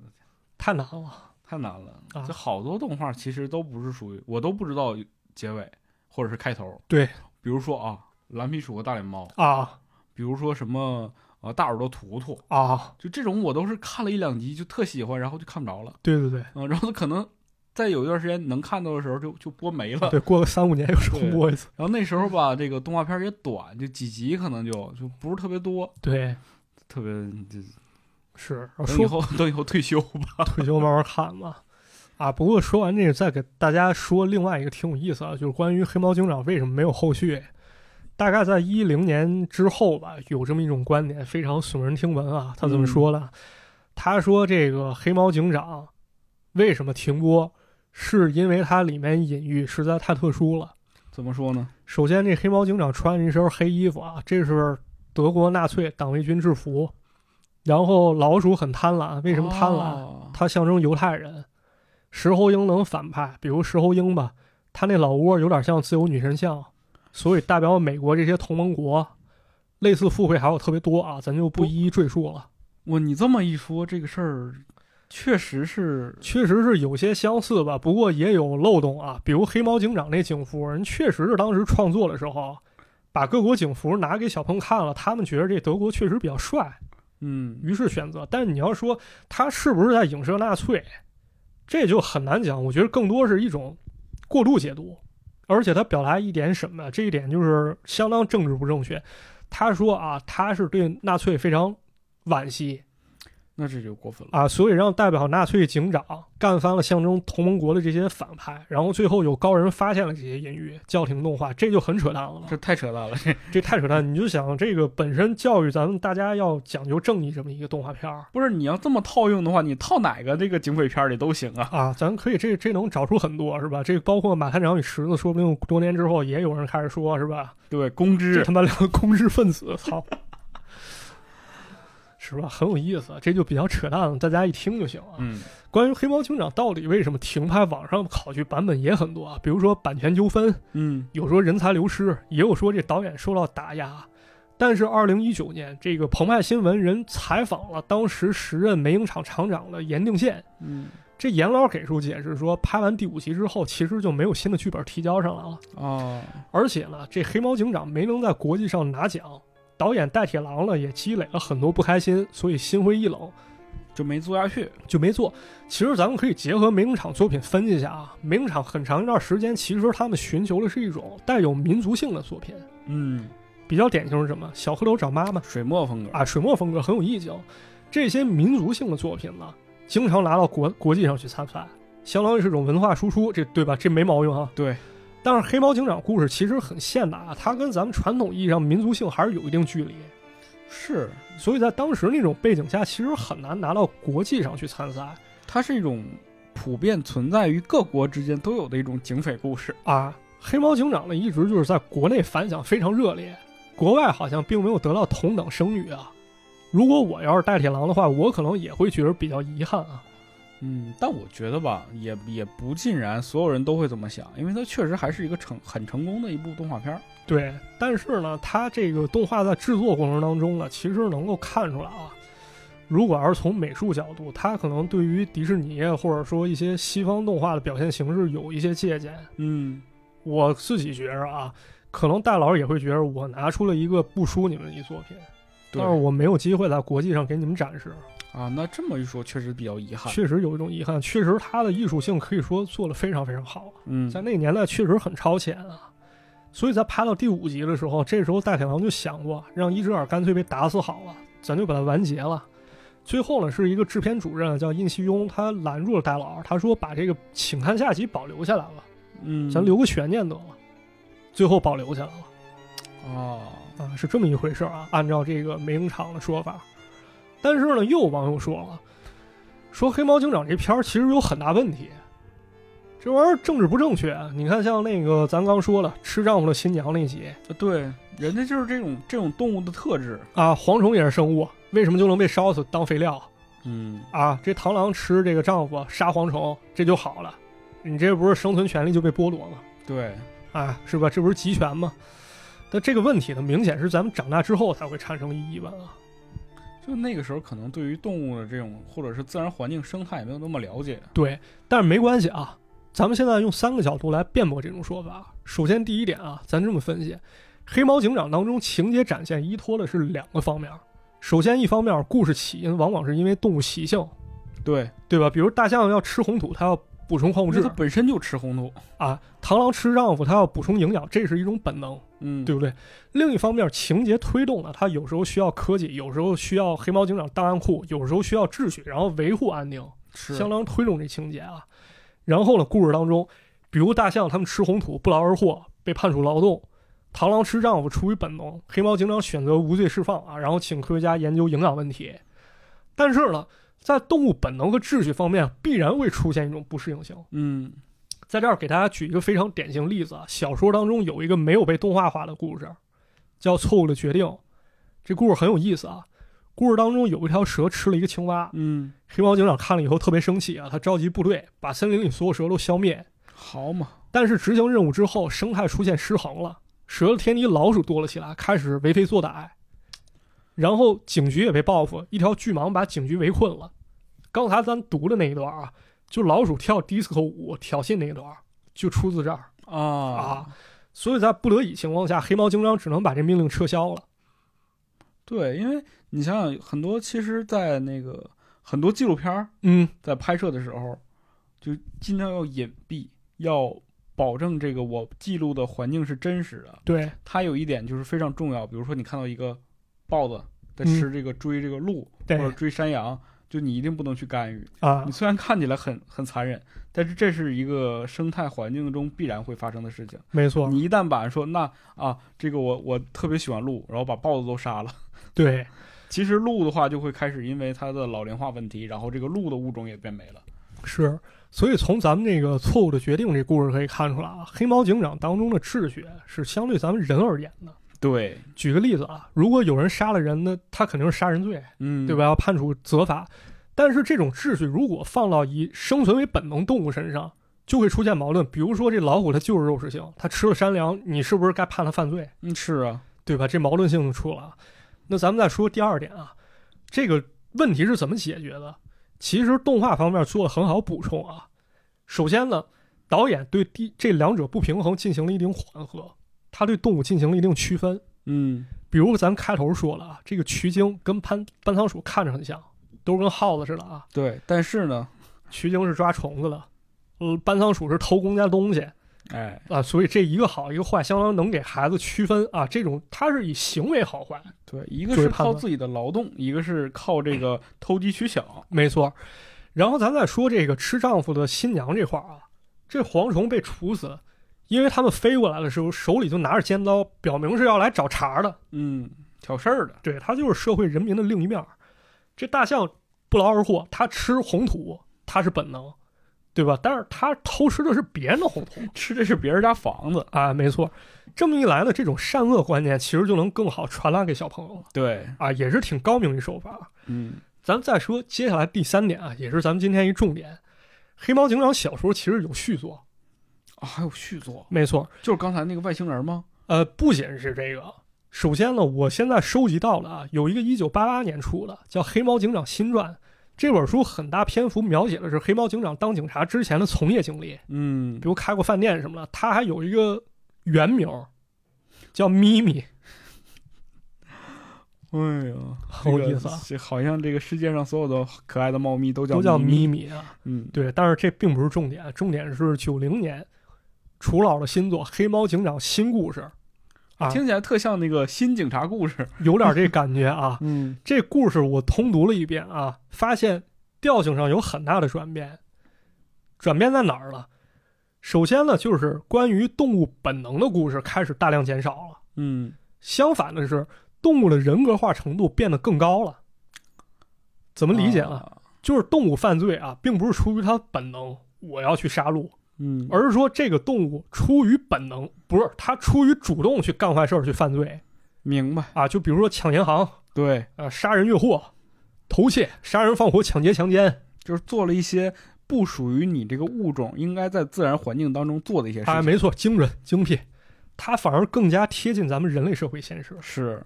[SPEAKER 3] 太难了。
[SPEAKER 2] 太难了。
[SPEAKER 3] 啊
[SPEAKER 2] 这好多动画其实都不是属于我都不知道结尾或者是开头。
[SPEAKER 3] 对，
[SPEAKER 2] 比如说啊，蓝皮鼠和大脸猫，
[SPEAKER 3] 啊
[SPEAKER 2] 比如说什么呃大耳朵图图，
[SPEAKER 3] 啊，
[SPEAKER 2] 就这种我都是看了一两集就特喜欢，然后就看不着了。
[SPEAKER 3] 对对对，
[SPEAKER 2] 嗯，然后可能在有一段时间能看到的时候就就播没了。
[SPEAKER 3] 对，过个三五年又重播一次。
[SPEAKER 2] 然后那时候吧，这个动画片也短，就几集可能就就不是特别多，
[SPEAKER 3] 对，
[SPEAKER 2] 特别就
[SPEAKER 3] 是
[SPEAKER 2] 等以
[SPEAKER 3] 哦说
[SPEAKER 2] 后等以后退休吧。
[SPEAKER 3] 退休慢慢看吧。啊，不过说完这个，再给大家说另外一个挺有意思啊，就是关于黑猫警长为什么没有后续。大概在一零年之后吧，有这么一种观点，非常耸人听闻啊。他怎
[SPEAKER 2] 嗯
[SPEAKER 3] 么说呢？他说这个黑猫警长为什么停播，是因为它里面隐喻实在太特殊了。
[SPEAKER 2] 怎么说呢？
[SPEAKER 3] 首先，这黑猫警长穿着一身黑衣服啊，这是德国纳粹党卫军制服。然后老鼠很贪婪，为什么贪婪？
[SPEAKER 2] 哦
[SPEAKER 3] 它象征犹太人。石猴鹰能反派，比如石猴鹰吧，它那老窝有点像自由女神像，所以代表美国这些同盟国。类似附会还有特别多啊，咱就不一一赘述了。
[SPEAKER 2] 我你这么一说，这个事儿确实是
[SPEAKER 3] 确实是有些相似吧，不过也有漏洞啊。比如黑猫警长那警服，人确实是当时创作的时候，把各国警服拿给小朋友看了，他们觉得这德国确实比较帅，
[SPEAKER 2] 嗯
[SPEAKER 3] 于是选择。但是你要说他是不是在影射纳粹，这就很难讲。我觉得更多是一种过度解读。而且他表达一点什么，这一点就是相当政治不正确。他说啊，他是对纳粹非常惋惜
[SPEAKER 2] 那这就过分了。
[SPEAKER 3] 啊，所以让代表纳粹警长干翻了象征同盟国的这些反派，然后最后有高人发现了这些隐喻，叫停动画，这就很扯淡了嘛。
[SPEAKER 2] 这太扯淡了， 这
[SPEAKER 3] 这太扯淡！你就想这个本身教育咱们大家要讲究正义这么一个动画片儿
[SPEAKER 2] 不是你要这么套用的话，你套哪个这个警匪片儿里都行啊。
[SPEAKER 3] 啊，咱可以这这能找出很多是吧？这包括《马探长与池子》，说不定多年之后也有人开始说是吧？
[SPEAKER 2] 对，公
[SPEAKER 3] 这
[SPEAKER 2] 知
[SPEAKER 3] 他妈两个公知分子，操！是吧？很有意思，这就比较扯淡了，大家一听就行啊。
[SPEAKER 2] 嗯，
[SPEAKER 3] 关于黑猫警长到底为什么停拍，网上考据版本也很多啊，比如说版权纠纷，
[SPEAKER 2] 嗯，
[SPEAKER 3] 有说人才流失，也有说这导演受到打压。但是，二零一九年，这个澎湃新闻人采访了当时时任梅影厂厂长的严定宪，
[SPEAKER 2] 嗯
[SPEAKER 3] 这严老给出解释说，拍完第五集之后，其实就没有新的剧本提交上来了，
[SPEAKER 2] 哦，
[SPEAKER 3] 而且呢，这黑猫警长没能在国际上拿奖，导演带铁狼了也积累了很多不开心，所以心灰意冷。
[SPEAKER 2] 就没做下去。
[SPEAKER 3] 就没做。其实咱们可以结合梅影厂作品分析一下啊，梅影厂很长一段时间，其实他们寻求的是一种带有民族性的作品。
[SPEAKER 2] 嗯，
[SPEAKER 3] 比较典型是什么？小蝌蚪找妈妈
[SPEAKER 2] 水墨风格，
[SPEAKER 3] 啊，水墨风格很有意境。这些民族性的作品呢，经常拿到国国际上去参赛，相当于是一种文化输出，这对吧？这没毛病啊。
[SPEAKER 2] 对。
[SPEAKER 3] 但是黑猫警长故事其实很现代啊，它跟咱们传统意义上民族性还是有一定距离，
[SPEAKER 2] 是
[SPEAKER 3] 所以在当时那种背景下，其实很难拿到国际上去参赛。
[SPEAKER 2] 它是一种普遍存在于各国之间都有的一种警匪故事。
[SPEAKER 3] 啊，黑猫警长呢一直就是在国内反响非常热烈，国外好像并没有得到同等声誉啊。如果我要是大铁狼的话，我可能也会觉得比较遗憾啊。
[SPEAKER 2] 嗯，但我觉得吧，也也不尽然，所有人都会这么想，因为它确实还是一个成很成功的一部动画片儿。
[SPEAKER 3] 对，但是呢，它这个动画在制作过程当中呢，其实能够看出来啊。如果要是从美术角度，它可能对于迪士尼或者说一些西方动画的表现形式有一些借鉴。
[SPEAKER 2] 嗯，
[SPEAKER 3] 我自己觉着啊，可能大佬也会觉着我拿出了一个不输你们的一作品，
[SPEAKER 2] 对
[SPEAKER 3] 但是我没有机会在国际上给你们展示，
[SPEAKER 2] 啊，那这么一说，确实比较遗憾。
[SPEAKER 3] 确实有一种遗憾。确实，它的艺术性可以说做得非常非常好啊，
[SPEAKER 2] 嗯，
[SPEAKER 3] 在那个年代确实很超前啊。所以在拍到第五集的时候，这时候大铁狼就想过，让伊之尔干脆被打死好了，咱就把它完结了。最后呢，是一个制片主任啊叫印西庸，他拦住了大佬，他说把这个请看下集保留下来吧，
[SPEAKER 2] 嗯，
[SPEAKER 3] 咱留个悬念得了。最后保留下来了。
[SPEAKER 2] 哦，
[SPEAKER 3] 啊，是这么一回事儿啊。按照这个梅影厂的说法，但是呢，又有网友说了，说《黑猫警长》这片儿其实有很大问题，这玩意儿政治不正确。啊你看，像那个咱刚说了，吃丈夫的新娘那集
[SPEAKER 2] 对，人家就是这种这种动物的特质。
[SPEAKER 3] 啊，蝗虫也是生物，为什么就能被烧死当肥料
[SPEAKER 2] 嗯，
[SPEAKER 3] 啊？这螳螂吃这个丈夫杀蝗虫，这就好了，你这不是生存权利就被剥夺吗？
[SPEAKER 2] 对，
[SPEAKER 3] 啊，是吧？这不是集权吗？但这个问题呢，明显是咱们长大之后才会产生疑问啊。
[SPEAKER 2] 就那个时候可能对于动物的这种或者是自然环境生态也没有那么了解。
[SPEAKER 3] 对，但是没关系啊，咱们现在用三个角度来辩驳这种说法。首先，第一点啊，咱这么分析，《黑猫警长》当中情节展现依托的是两个方面。首先，一方面，故事起因往往是因为动物习性，
[SPEAKER 2] 对，
[SPEAKER 3] 对吧？比如大象要吃红土，它要补充矿物
[SPEAKER 2] 因为
[SPEAKER 3] 质
[SPEAKER 2] 它本身就吃红土。
[SPEAKER 3] 啊；螳螂吃丈夫，它要补充营养，这是一种本能，
[SPEAKER 2] 嗯，
[SPEAKER 3] 对不对？另一方面，情节推动呢，它有时候需要科技，有时候需要黑猫警长档案库，有时候需要秩序，然后维护安定。
[SPEAKER 2] 是
[SPEAKER 3] 相当推动这情节啊。然后呢，故事当中，比如大象他们吃红土不劳而获，被判处劳动；螳螂吃丈夫出于本能，黑猫警长选择无罪释放啊，然后请科学家研究营养问题。但是呢，在动物本能和秩序方面，必然会出现一种不适应性。
[SPEAKER 2] 嗯，
[SPEAKER 3] 在这儿给大家举一个非常典型例子啊，小说当中有一个没有被动画化的故事，叫《错误的决定》。这故事很有意思啊。故事当中有一条蛇吃了一个青蛙，
[SPEAKER 2] 嗯，
[SPEAKER 3] 黑猫警长看了以后特别生气啊，他召集部队把森林里所有蛇都消灭。
[SPEAKER 2] 好嘛，
[SPEAKER 3] 但是执行任务之后，生态出现失衡了，蛇的天敌老鼠多了起来，开始为非作歹。然后警局也被报复，一条巨蟒把警局围困了。刚才咱读的那一段啊，就老鼠跳 disco 舞挑衅那一段，就出自这儿。
[SPEAKER 2] 啊
[SPEAKER 3] 啊所以在不得已情况下，黑猫警长只能把这命令撤销了。
[SPEAKER 2] 对，因为你想想，很多其实，在那个很多纪录片儿
[SPEAKER 3] 嗯，
[SPEAKER 2] 在拍摄的时候，就尽量要隐蔽，要保证这个我记录的环境是真实的。
[SPEAKER 3] 对，
[SPEAKER 2] 它有一点就是非常重要，比如说你看到一个豹子在吃这个追这个鹿、
[SPEAKER 3] 嗯对
[SPEAKER 2] 或者追山羊，就你一定不能去干预。
[SPEAKER 3] 啊
[SPEAKER 2] 你，虽然看起来很很残忍，但是这是一个生态环境中必然会发生的事情。
[SPEAKER 3] 没错，
[SPEAKER 2] 你一旦把说那啊，这个我我特别喜欢鹿，然后把豹子都杀了，
[SPEAKER 3] 对
[SPEAKER 2] 其实鹿的话就会开始因为它的老龄化问题，然后这个鹿的物种也变没了。
[SPEAKER 3] 是。所以从咱们这个错误的决定这故事可以看出来啊，黑猫警长当中的智学是相对咱们人而言的。
[SPEAKER 2] 对，
[SPEAKER 3] 举个例子啊，如果有人杀了人呢，他肯定是杀人罪，
[SPEAKER 2] 嗯，
[SPEAKER 3] 对吧？？要判处责罚。但是这种秩序如果放到以生存为本能动物身上，就会出现矛盾。比如说，这老虎它就是肉食性，它吃了山羊，你是不是该判它犯罪，
[SPEAKER 2] 嗯，是啊，
[SPEAKER 3] 对吧？这矛盾性就出了。那咱们再说第二点啊，这个问题是怎么解决的？其实动画方面做的很好补充啊。首先呢，导演对第这两者不平衡进行了一定缓和，他对动物进行了一定区分。
[SPEAKER 2] 嗯，
[SPEAKER 3] 比如咱们开头说了啊，这个渠鲸跟潘班仓鼠看着很像，都跟耗子似的啊。
[SPEAKER 2] 对。但是呢，
[SPEAKER 3] 渠鲸是抓虫子的，嗯，班仓鼠是偷公家东西
[SPEAKER 2] 哎，
[SPEAKER 3] 啊，所以这一个好一个坏，相当能给孩子区分啊。这种它是以行为好坏，
[SPEAKER 2] 对，一个
[SPEAKER 3] 作为
[SPEAKER 2] 是
[SPEAKER 3] 判
[SPEAKER 2] 靠
[SPEAKER 3] 断
[SPEAKER 2] 自己的劳动，一个是靠这个投机取巧。
[SPEAKER 3] 没错。然后咱再说这个吃丈夫的新娘这块儿啊，这蝗虫被处死，因为他们飞过来的时候手里就拿着尖刀，表明是要来找茬儿的。
[SPEAKER 2] 嗯，挑事儿的。
[SPEAKER 3] 对，它就是社会人民的另一面儿。这大象不劳而获，它吃红土，它是本能，对吧？但是它偷吃的是别人的红土
[SPEAKER 2] 吃的是别人家房子，
[SPEAKER 3] 啊，没错。这么一来呢，这种善恶观念其实就能更好传达给小朋友了
[SPEAKER 2] 对，
[SPEAKER 3] 啊，也是挺高明一手法。
[SPEAKER 2] 嗯，
[SPEAKER 3] 咱们再说接下来第三点啊，也是咱们今天一重点。黑猫警长小时候其实有续作，
[SPEAKER 2] 啊，还有续作，
[SPEAKER 3] 没错，
[SPEAKER 2] 就是刚才那个外星人吗？
[SPEAKER 3] 呃，不仅是这个，首先呢，我现在收集到了啊，有一个一九八八年出的叫《黑猫警长新传》这本书，很大篇幅描写的是黑猫警长当警察之前的从业经历，
[SPEAKER 2] 嗯
[SPEAKER 3] 比，如开过饭店什么的。他还有一个原名叫咪咪，
[SPEAKER 2] 哎呀，
[SPEAKER 3] 好
[SPEAKER 2] 这
[SPEAKER 3] 有
[SPEAKER 2] 个
[SPEAKER 3] 意思啊，
[SPEAKER 2] 这好像这个世界上所有的可爱的猫咪都叫
[SPEAKER 3] 都叫
[SPEAKER 2] 咪
[SPEAKER 3] 咪
[SPEAKER 2] 咪。
[SPEAKER 3] 咪啊。
[SPEAKER 2] 嗯，
[SPEAKER 3] 对，但是这并不是重点，重点是九零年楚老的新作《黑猫警长新故事》，啊
[SPEAKER 2] 听起来特像那个新警察故事。
[SPEAKER 3] 有点这感 觉啊。
[SPEAKER 2] 嗯
[SPEAKER 3] 这故事我通读了一遍啊，发现调性上有很大的转变。转变在哪儿了？首先呢，就是关于动物本能的故事开始大量减少了。
[SPEAKER 2] 嗯，
[SPEAKER 3] 相反的是，动物的人格化程度变得更高了。怎
[SPEAKER 2] 我
[SPEAKER 3] 么理解啊呢？？
[SPEAKER 2] 啊
[SPEAKER 3] 就是动物犯罪啊，并不是出于它本能，我要去杀戮，
[SPEAKER 2] 嗯，
[SPEAKER 3] 而是说这个动物出于本能，不是它出于主动去干坏事儿去犯罪
[SPEAKER 2] 明白，
[SPEAKER 3] 啊。就比如说抢银行，
[SPEAKER 2] 对，
[SPEAKER 3] 呃，杀人越货、偷窃、杀人放火、抢劫、强奸，
[SPEAKER 2] 就是做了一些不属于你这个物种应该在自然环境当中做的一些事
[SPEAKER 3] 啊，
[SPEAKER 2] 情。
[SPEAKER 3] 没错，精准精辟，它反而更加贴近咱们人类社会现实，
[SPEAKER 2] 是，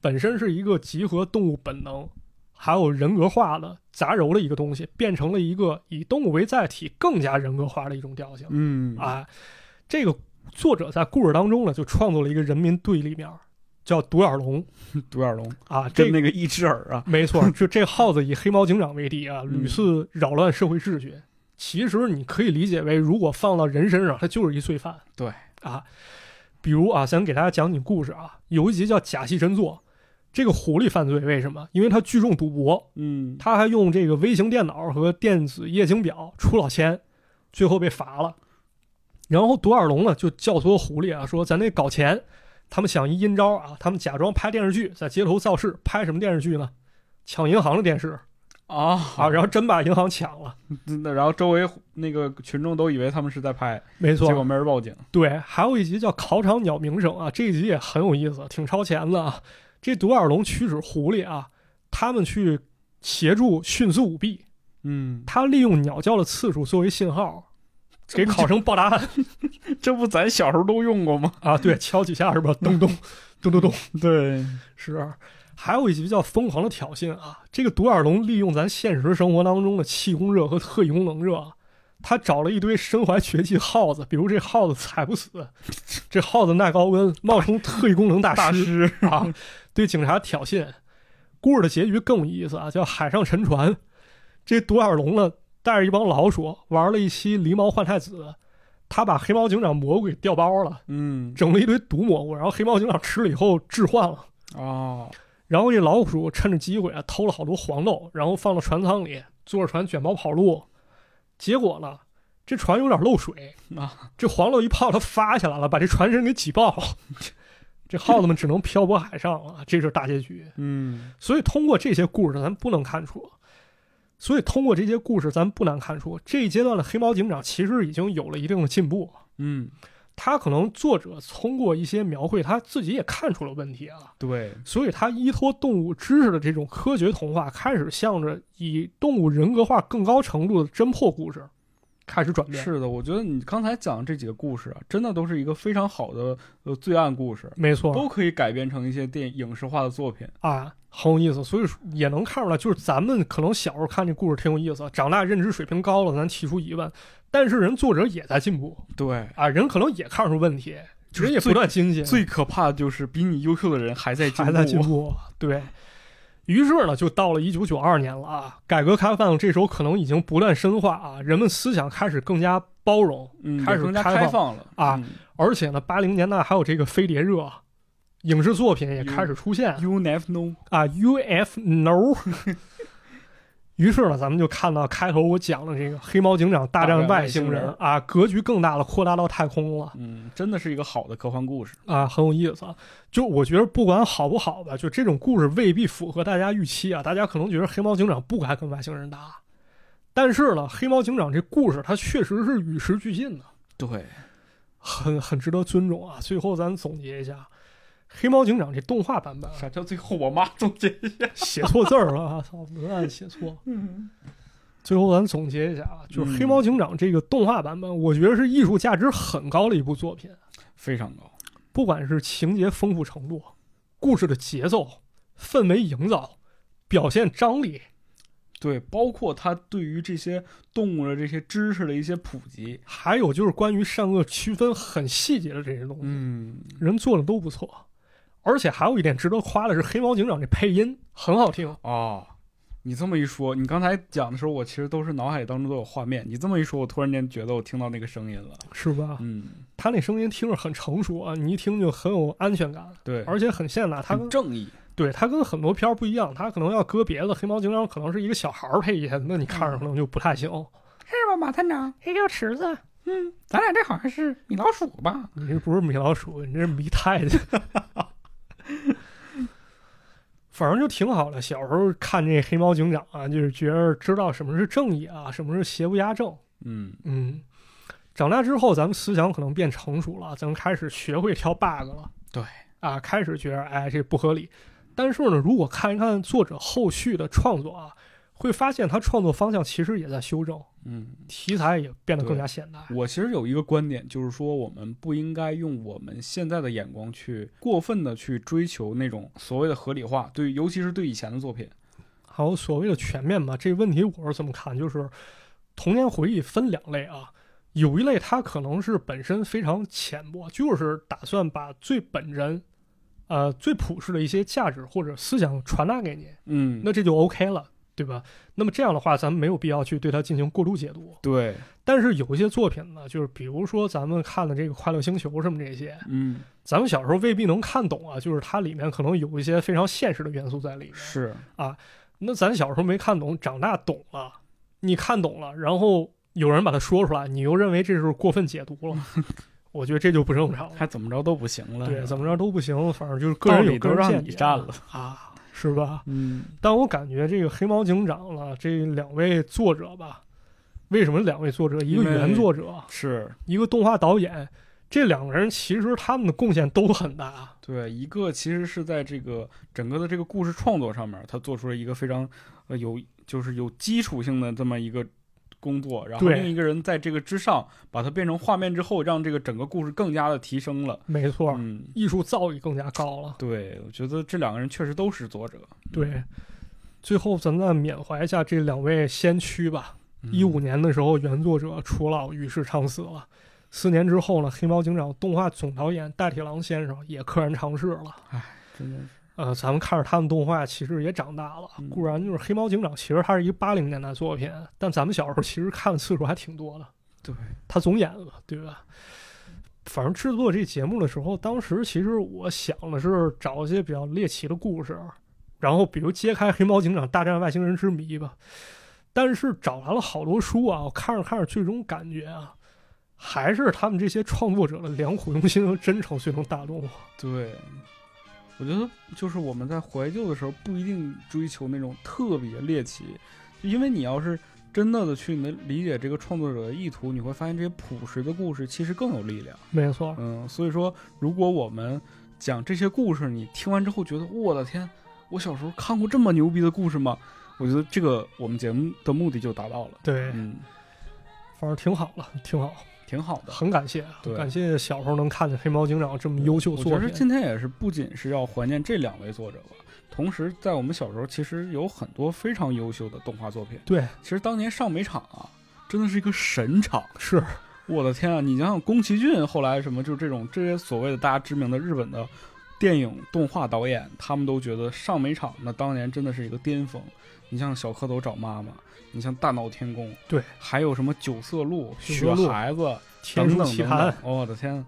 [SPEAKER 3] 本身是一个集合动物本能还有人格化的杂糅的一个东西，变成了一个以动物为载体更加人格化的一种调性
[SPEAKER 2] 嗯，
[SPEAKER 3] 啊。这个作者在故事当中呢，就创作了一个人民对立面儿，叫独眼龙
[SPEAKER 2] 独眼龙
[SPEAKER 3] 啊，这
[SPEAKER 2] 跟
[SPEAKER 3] 个
[SPEAKER 2] 那个一只耳啊，
[SPEAKER 3] 没错，就这耗子以黑猫警长为敌啊，
[SPEAKER 2] 嗯
[SPEAKER 3] 屡次扰乱社会秩序。其实你可以理解为，如果放到人身上，他就是一罪犯。
[SPEAKER 2] 对
[SPEAKER 3] 啊，比如啊，咱给大家讲讲故事啊，有一集叫《假戏真做》，这个狐狸犯罪为什么？因为他聚众赌博，
[SPEAKER 2] 嗯，
[SPEAKER 3] 他还用这个微型电脑和电子液晶表出老千，最后被罚了。然后独眼龙呢，就教唆狐狸啊，说咱得搞钱。他们想一阴招啊，他们假装拍电视剧，在街头造势，拍什么电视剧呢？抢银行的电视
[SPEAKER 2] 啊
[SPEAKER 3] 啊，然后真把银行抢了，
[SPEAKER 2] 那然后周围那个群众都以为他们是在拍，
[SPEAKER 3] 没
[SPEAKER 2] 结果
[SPEAKER 3] 错，
[SPEAKER 2] 没人报警。
[SPEAKER 3] 对，还有一集叫《考场鸟鸣声》啊，这一集也很有意思，挺超前的啊。这独眼龙驱使狐狸啊，他们去协助迅速舞弊，
[SPEAKER 2] 嗯，
[SPEAKER 3] 他利用鸟叫的次数作为信号，给考生报答案
[SPEAKER 2] 这不咱小时候都用过吗？
[SPEAKER 3] 啊，对，敲几下是吧？咚咚，咚咚咚，
[SPEAKER 2] 对，
[SPEAKER 3] 是。啊还有一集叫《疯狂的挑衅》啊，这个独眼龙利用咱现实生活当中的气功热和特异功能热啊，他找了一堆身怀绝技耗子，比如这耗子踩不死，这耗子耐高温，冒充特异功能大
[SPEAKER 2] 大
[SPEAKER 3] 师
[SPEAKER 2] 师，
[SPEAKER 3] 啊，对警察挑衅。故事的结局更有意思啊，叫海上沉船。这独眼龙呢，带着一帮老鼠玩了一期狸猫换太子，他把黑猫警长蘑菇给调包了，
[SPEAKER 2] 嗯，
[SPEAKER 3] 整了一堆毒蘑菇，然后黑猫警长吃了以后置换了。
[SPEAKER 2] 哦，
[SPEAKER 3] 然后这老鼠趁着机会啊，偷了好多黄豆，然后放到船舱里，坐着船卷包跑路。结果呢，这船有点漏水
[SPEAKER 2] 啊，
[SPEAKER 3] 这黄豆一泡，它发下来了，把这船身给挤爆。 这耗子们只能漂泊海上了，这就是大结局。
[SPEAKER 2] 嗯，
[SPEAKER 3] 所以通过这些故事，咱不能看出，所以通过这些故事，咱不难看出，这一阶段的黑猫警长其实已经有了一定的进步。
[SPEAKER 2] 嗯，
[SPEAKER 3] 他可能作者通过一些描绘，他自己也看出了问题啊，
[SPEAKER 2] 对，
[SPEAKER 3] 所以他依托动物知识的这种科学童话，开始向着以动物人格化更高程度的侦破故事开始转变。，
[SPEAKER 2] 呃是的，我觉得你刚才讲的这几个故事啊，真的都是一个非常好的呃罪案故事，
[SPEAKER 3] 没错
[SPEAKER 2] 都可以改编成一些电影视化的作品。
[SPEAKER 3] 啊，很有意思。所以说也能看出来，就是咱们可能小时候看这故事挺有意思，长大认知水平高了，咱提出疑问，但是人作者也在进步。
[SPEAKER 2] 对，
[SPEAKER 3] 啊，人可能也看出问题，
[SPEAKER 2] 就是
[SPEAKER 3] 人也不断精进，
[SPEAKER 2] 最可怕的就是比你优秀的人还在进步，
[SPEAKER 3] 还在进步。啊对于是呢，就到了一九九二年了啊，改革开放这时候可能已经不断深化啊，人们思想开始更加包容，
[SPEAKER 2] 嗯，
[SPEAKER 3] 开始
[SPEAKER 2] 更加
[SPEAKER 3] 开
[SPEAKER 2] 开
[SPEAKER 3] 放
[SPEAKER 2] 放了嗯
[SPEAKER 3] 啊而且呢，八零年代还有这个飞碟热。啊影视作品也开始出现
[SPEAKER 2] 嗯，You never know，
[SPEAKER 3] 啊，UFO。于是呢，咱们就看到开头我讲的这个黑猫警长大
[SPEAKER 2] 大
[SPEAKER 3] 战
[SPEAKER 2] 战
[SPEAKER 3] 外
[SPEAKER 2] 外
[SPEAKER 3] 星
[SPEAKER 2] 星
[SPEAKER 3] 人
[SPEAKER 2] 人
[SPEAKER 3] 啊，格局更大了，扩大到太空了。
[SPEAKER 2] 嗯，真的是一个好的科幻故事。
[SPEAKER 3] 啊，很有意思。啊，就我觉得不管好不好吧，就这种故事未必符合大家预期啊。大家可能觉得黑猫警长不该跟外星人打，但是呢，黑猫警长这故事它确实是与时俱进的，
[SPEAKER 2] 对，
[SPEAKER 3] 很很值得尊重啊。最后咱总结一下，黑猫警长这动画版本啊
[SPEAKER 2] 啥叫最后我妈总结一下？
[SPEAKER 3] 写错字儿了啊， 操，文案写错。
[SPEAKER 2] 嗯
[SPEAKER 3] 最后咱总结一下啊，就是《黑
[SPEAKER 2] 嗯
[SPEAKER 3] 猫警长》这个动画版本，我觉得是艺术价值很高的一部作品。
[SPEAKER 2] 非常高。
[SPEAKER 3] 不管是情节丰富程度、故事的节奏、氛围营造、表现张力，
[SPEAKER 2] 对，包括他对于这些动物的这些知识的一些普及，
[SPEAKER 3] 还有就是关于善恶区分很细节的这些东西，
[SPEAKER 2] 嗯，
[SPEAKER 3] 人做的都不错。而且还有一点值得夸的是，黑猫警长这配音很好听。
[SPEAKER 2] 哦，你这么一说，你刚才讲的时候，我其实都是脑海当中都有画面。你这么一说，我突然间觉得我听到那个声音了。
[SPEAKER 3] 是吧？
[SPEAKER 2] 嗯，
[SPEAKER 3] 他那声音听着很成熟啊，你一听就很有安全感，
[SPEAKER 2] 对，嗯
[SPEAKER 3] 而且很现代。他
[SPEAKER 2] 很
[SPEAKER 3] 跟
[SPEAKER 2] 正义，
[SPEAKER 3] 对他跟很多片儿不一样，他可能要搁别的，黑猫警长可能是一个小孩儿配音，那你
[SPEAKER 2] 嗯
[SPEAKER 3] 看着可能就不太行。
[SPEAKER 4] 是吧，马探长？这叫池子。嗯，咱俩这好像是米老鼠吧？
[SPEAKER 3] 你这不是米老鼠，你这是米太太。反正就挺好的。小时候看这《黑猫警长》啊，就是觉得知道什么是正义啊，什么是邪不压正。
[SPEAKER 2] 嗯，
[SPEAKER 3] 嗯，长大之后咱们思想可能变成熟了，咱们开始学会挑 bug 了。
[SPEAKER 2] 对
[SPEAKER 3] 啊，开始觉得哎这不合理。但是呢，如果看一看作者后续的创作啊，会发现他创作方向其实也在修正，
[SPEAKER 2] 嗯，
[SPEAKER 3] 题材也变得更
[SPEAKER 2] 对
[SPEAKER 3] 加现代。
[SPEAKER 2] 我其实有一个观点，就是说我们不应该用我们现在的眼光去过分的去追求那种所谓的合理化，对，尤其是对以前的作品。
[SPEAKER 3] 还有所谓的全面吧，这问题我是怎么看？就是童年回忆分两类啊，有一类它可能是本身非常浅薄，就是打算把最本真、呃最普世的一些价值或者思想传达给你，
[SPEAKER 2] 嗯，
[SPEAKER 3] 那这就 OK 了，对吧？那么这样的话，咱们没有必要去对它进行过度解读。
[SPEAKER 2] 对，
[SPEAKER 3] 但是有一些作品呢，就是比如说咱们看的这个《快乐星球》什么这些，
[SPEAKER 2] 嗯，
[SPEAKER 3] 咱们小时候未必能看懂啊，就是它里面可能有一些非常现实的元素在里面。
[SPEAKER 2] 是，
[SPEAKER 3] 那咱小时候没看懂，长大懂了，你看懂了，然后有人把它说出来，你又认为这是过分解读 了，我觉得这就不正常了。
[SPEAKER 2] 还怎么着都不行了。
[SPEAKER 3] 对，
[SPEAKER 2] 是吧
[SPEAKER 3] 怎么着都不行，反正就是个
[SPEAKER 2] 啊道
[SPEAKER 3] 人
[SPEAKER 2] 理
[SPEAKER 3] 有个
[SPEAKER 2] 都
[SPEAKER 3] 人
[SPEAKER 2] 让
[SPEAKER 3] 见
[SPEAKER 2] 你
[SPEAKER 3] 解
[SPEAKER 2] 占了
[SPEAKER 3] 啊，是吧？
[SPEAKER 2] 嗯，
[SPEAKER 3] 但我感觉这个黑猫警长了，这两位作者吧，为什么两位作者，一个
[SPEAKER 2] 因为
[SPEAKER 3] 原作者，
[SPEAKER 2] 是
[SPEAKER 3] 一个动画导演，这两个人其实他们的贡献都很大。
[SPEAKER 2] 对，一个其实是在这个整个的这个故事创作上面，他做出了一个非常呃有就是有基础性的这么一个工作，然后
[SPEAKER 3] 对
[SPEAKER 2] 另一个人在这个之上把它变成画面之后，让这个整个故事更加的提升了。
[SPEAKER 3] 没错，
[SPEAKER 2] 嗯，
[SPEAKER 3] 艺术造诣更加高了。
[SPEAKER 2] 对，我觉得这两个人确实都是作者。
[SPEAKER 3] 对，最后咱们再缅怀一下这两位先驱吧。
[SPEAKER 2] 嗯
[SPEAKER 3] 一五、年的时候，原作者楚老与世长辞了。四年之后呢，《黑猫警长》动画总导演戴铁郎先生也溘然长逝了。
[SPEAKER 2] 真的是
[SPEAKER 3] 呃，咱们看着他们动画，其实也长大了。
[SPEAKER 2] 嗯
[SPEAKER 3] 固然就是《黑猫警长》，其实它是一个八零年代作品，但咱们小时候其实看的次数还挺多的。
[SPEAKER 2] 对
[SPEAKER 3] 他总演了，对吧？反正制作这节目的时候，当时其实我想的是找一些比较猎奇的故事，然后比如揭开《黑猫警长大战外星人之谜》吧。但是找来了好多书啊，我看着看着，最终感觉啊，还是他们这些创作者的良苦用心和真诚最能打动我。
[SPEAKER 2] 对，我觉得就是我们在怀旧的时候，不一定追求那种特别猎奇，就因为你要是真的的去能理解这个创作者的意图，你会发现这些朴实的故事其实更有力量。
[SPEAKER 3] 没错，
[SPEAKER 2] 嗯，所以说，如果我们讲这些故事，你听完之后觉得我的天，我小时候看过这么牛逼的故事吗？我觉得这个我们节目的目的就达到了，
[SPEAKER 3] 对，
[SPEAKER 2] 嗯，
[SPEAKER 3] 反正挺好了， 挺好，
[SPEAKER 2] 挺好的。
[SPEAKER 3] 很感谢啊，
[SPEAKER 2] 对
[SPEAKER 3] 感谢小时候能看见《黑猫警长》这么优秀
[SPEAKER 2] 我
[SPEAKER 3] 作
[SPEAKER 2] 觉得
[SPEAKER 3] 品。
[SPEAKER 2] 今天也是不仅是要怀念这两位作者吧，同时在我们小时候其实有很多非常优秀的动画作品。
[SPEAKER 3] 对，
[SPEAKER 2] 其实当年上美场啊，真的是一个神场。
[SPEAKER 3] 是
[SPEAKER 2] 我的天啊！你想想宫崎骏后来什么，就是这种这些所谓的大家知名的日本的电影动画导演，他们都觉得上美场那当年真的是一个巅峰。你像小蝌蚪找妈妈，你像大闹天宫，
[SPEAKER 3] 对，
[SPEAKER 2] 还有什么九色鹿、
[SPEAKER 3] 九
[SPEAKER 2] 雪
[SPEAKER 3] 色鹿
[SPEAKER 2] 孩子，
[SPEAKER 3] 《天
[SPEAKER 2] 等
[SPEAKER 3] 书
[SPEAKER 2] 等
[SPEAKER 3] 奇
[SPEAKER 2] 等
[SPEAKER 3] 谭》
[SPEAKER 2] 等我的天，啊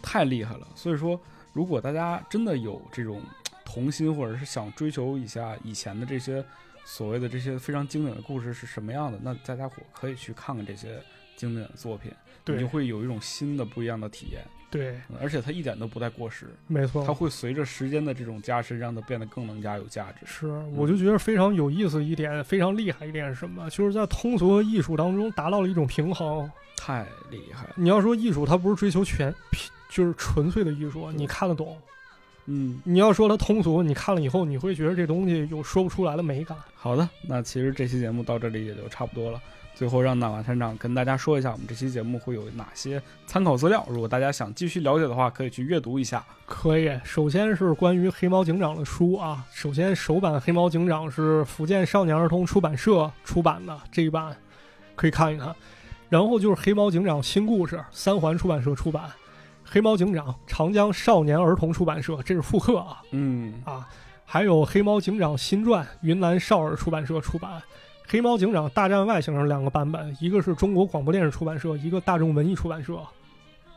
[SPEAKER 2] 太厉害了！所以说，如果大家真的有这种童心，或者是想追求一下以前的这些所谓的这些非常经典的故事是什么样的，那大家伙可以去看看这些经典的作品，你就
[SPEAKER 3] 对
[SPEAKER 2] 会有一种新的不一样的体验。
[SPEAKER 3] 对，
[SPEAKER 2] 嗯而且它一点都不带过时，
[SPEAKER 3] 没
[SPEAKER 2] 它
[SPEAKER 3] 错，
[SPEAKER 2] 会随着时间的这种加深，让它变得更能加有价值。
[SPEAKER 3] 是，我就觉得非常有意思一点，非常厉害一点是什么？就是在通俗和艺术当中达到了一种平衡。
[SPEAKER 2] 太厉害了，
[SPEAKER 3] 你要说艺术，它不是追求全，就是纯粹的艺术，你看得懂；
[SPEAKER 2] 嗯。
[SPEAKER 3] 你要说它通俗，你看了以后，你会觉得这东西有说不出来的美感。
[SPEAKER 2] 好的，那其实这期节目到这里也就差不多了。最后让纳瓦探长跟大家说一下，我们这期节目会有哪些参考资料。如果大家想继续了解的话，可以去阅读一下。
[SPEAKER 3] 可以，首先是关于黑猫警长的书啊。首先，首版《黑猫警长》是福建少年儿童出版社出版的，这一版可以看一看。然后就是《黑猫警长新故事》，三环出版社出版，《黑猫警长》长江少年儿童出版社，这是复刻啊
[SPEAKER 2] 嗯，
[SPEAKER 3] 啊。还有《黑猫警长新传》，云南少儿出版社出版，《黑猫警长大战外星人》两个版本，一个是中国广播电视出版社，一个大众文艺出版社。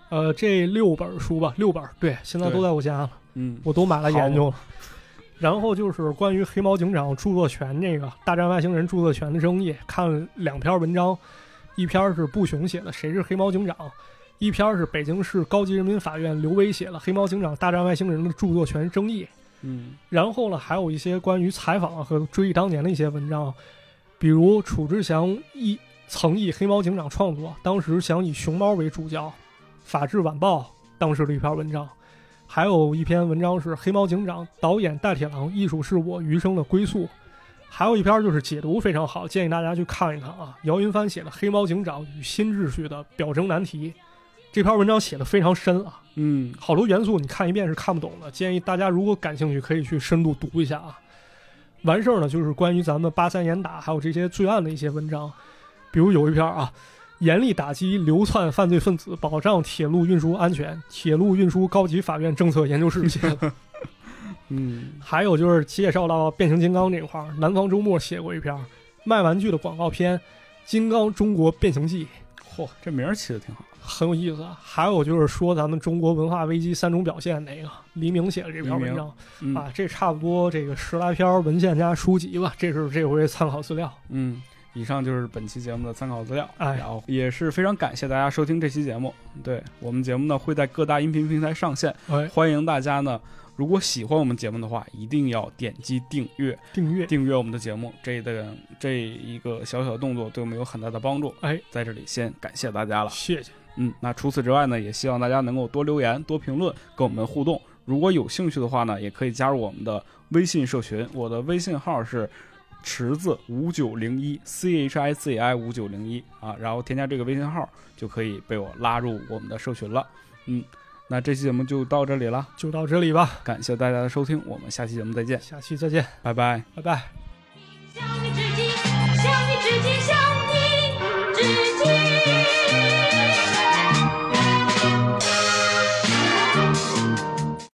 [SPEAKER 3] 呃，这六本儿书吧，六本儿，对，现在
[SPEAKER 2] 对
[SPEAKER 3] 都在我家了。
[SPEAKER 2] 嗯，
[SPEAKER 3] 我都买了研究了。然后就是关于黑猫警长著作权这个《大战外星人》著作权的争议，看两篇文章，一篇是布雄写的《谁是黑猫警长》，一篇是北京市高级人民法院刘威写的《黑猫警长大战外星人》的著作权争议。
[SPEAKER 2] 嗯，
[SPEAKER 3] 然后呢，还有一些关于采访和追忆当年的一些文章，啊比如楚志祥一曾以《黑猫警长》创作，当时想以熊猫为主角，《法制晚报》当时的一篇文章，还有一篇文章是《黑猫警长》导演大铁狼，艺术是我余生的归宿。还有一篇就是解读非常好，建议大家去看一看啊。姚云帆写的《黑猫警长与新秩序的表征难题》，这篇文章写的非常深啊，
[SPEAKER 2] 嗯，
[SPEAKER 3] 好多元素你看一遍是看不懂的，建议大家如果感兴趣，可以去深度读一下啊。完事儿呢，就是关于咱们八三严打还有这些罪案的一些文章，比如有一篇啊，严厉打击流窜犯罪分子，保障铁路运输安全，铁路运输高级法院政策研究室写的。
[SPEAKER 2] 嗯，
[SPEAKER 3] 还有就是介绍到变形金刚这一块儿，南方周末写过一篇儿卖玩具的广告片《金刚中国变形记》，
[SPEAKER 2] 嚯，这名儿起的挺好。
[SPEAKER 3] 很有意思。啊，还有就是说咱们中国文化危机三种表现哪个？黎明写的这篇
[SPEAKER 2] 黎明
[SPEAKER 3] 文章
[SPEAKER 2] 嗯、
[SPEAKER 3] 啊，这差不多这个十来篇儿文献加书籍吧，这是这回参考资料。
[SPEAKER 2] 嗯，以上就是本期节目的参考资料。
[SPEAKER 3] 哎
[SPEAKER 2] 然后也是非常感谢大家收听这期节目。对我们节目呢会在各大音频平台上线，
[SPEAKER 3] 哎，
[SPEAKER 2] 欢迎大家呢，如果喜欢我们节目的话，一定要点击订阅。
[SPEAKER 3] 订 阅
[SPEAKER 2] 订阅我们的节目，这的这一个小小的动作对我们有很大的帮助。
[SPEAKER 3] 哎，
[SPEAKER 2] 在这里先感谢大家了。
[SPEAKER 3] 谢谢。
[SPEAKER 2] 嗯，那除此之外呢，也希望大家能够多留言、多评论，跟我们互动。如果有兴趣的话呢，也可以加入我们的微信社群，我的微信号是池子五九零一 c h i z i 五九零一啊，然后添加这个微信号就可以被我拉入我们的社群了。嗯，那这期节目就到这里了，
[SPEAKER 3] 就到这里吧，
[SPEAKER 2] 感谢大家的收听，我们下期节目再见，
[SPEAKER 3] 下期再见，
[SPEAKER 2] 拜拜。
[SPEAKER 3] 拜拜。
[SPEAKER 1] 向你致敬，向你致敬，向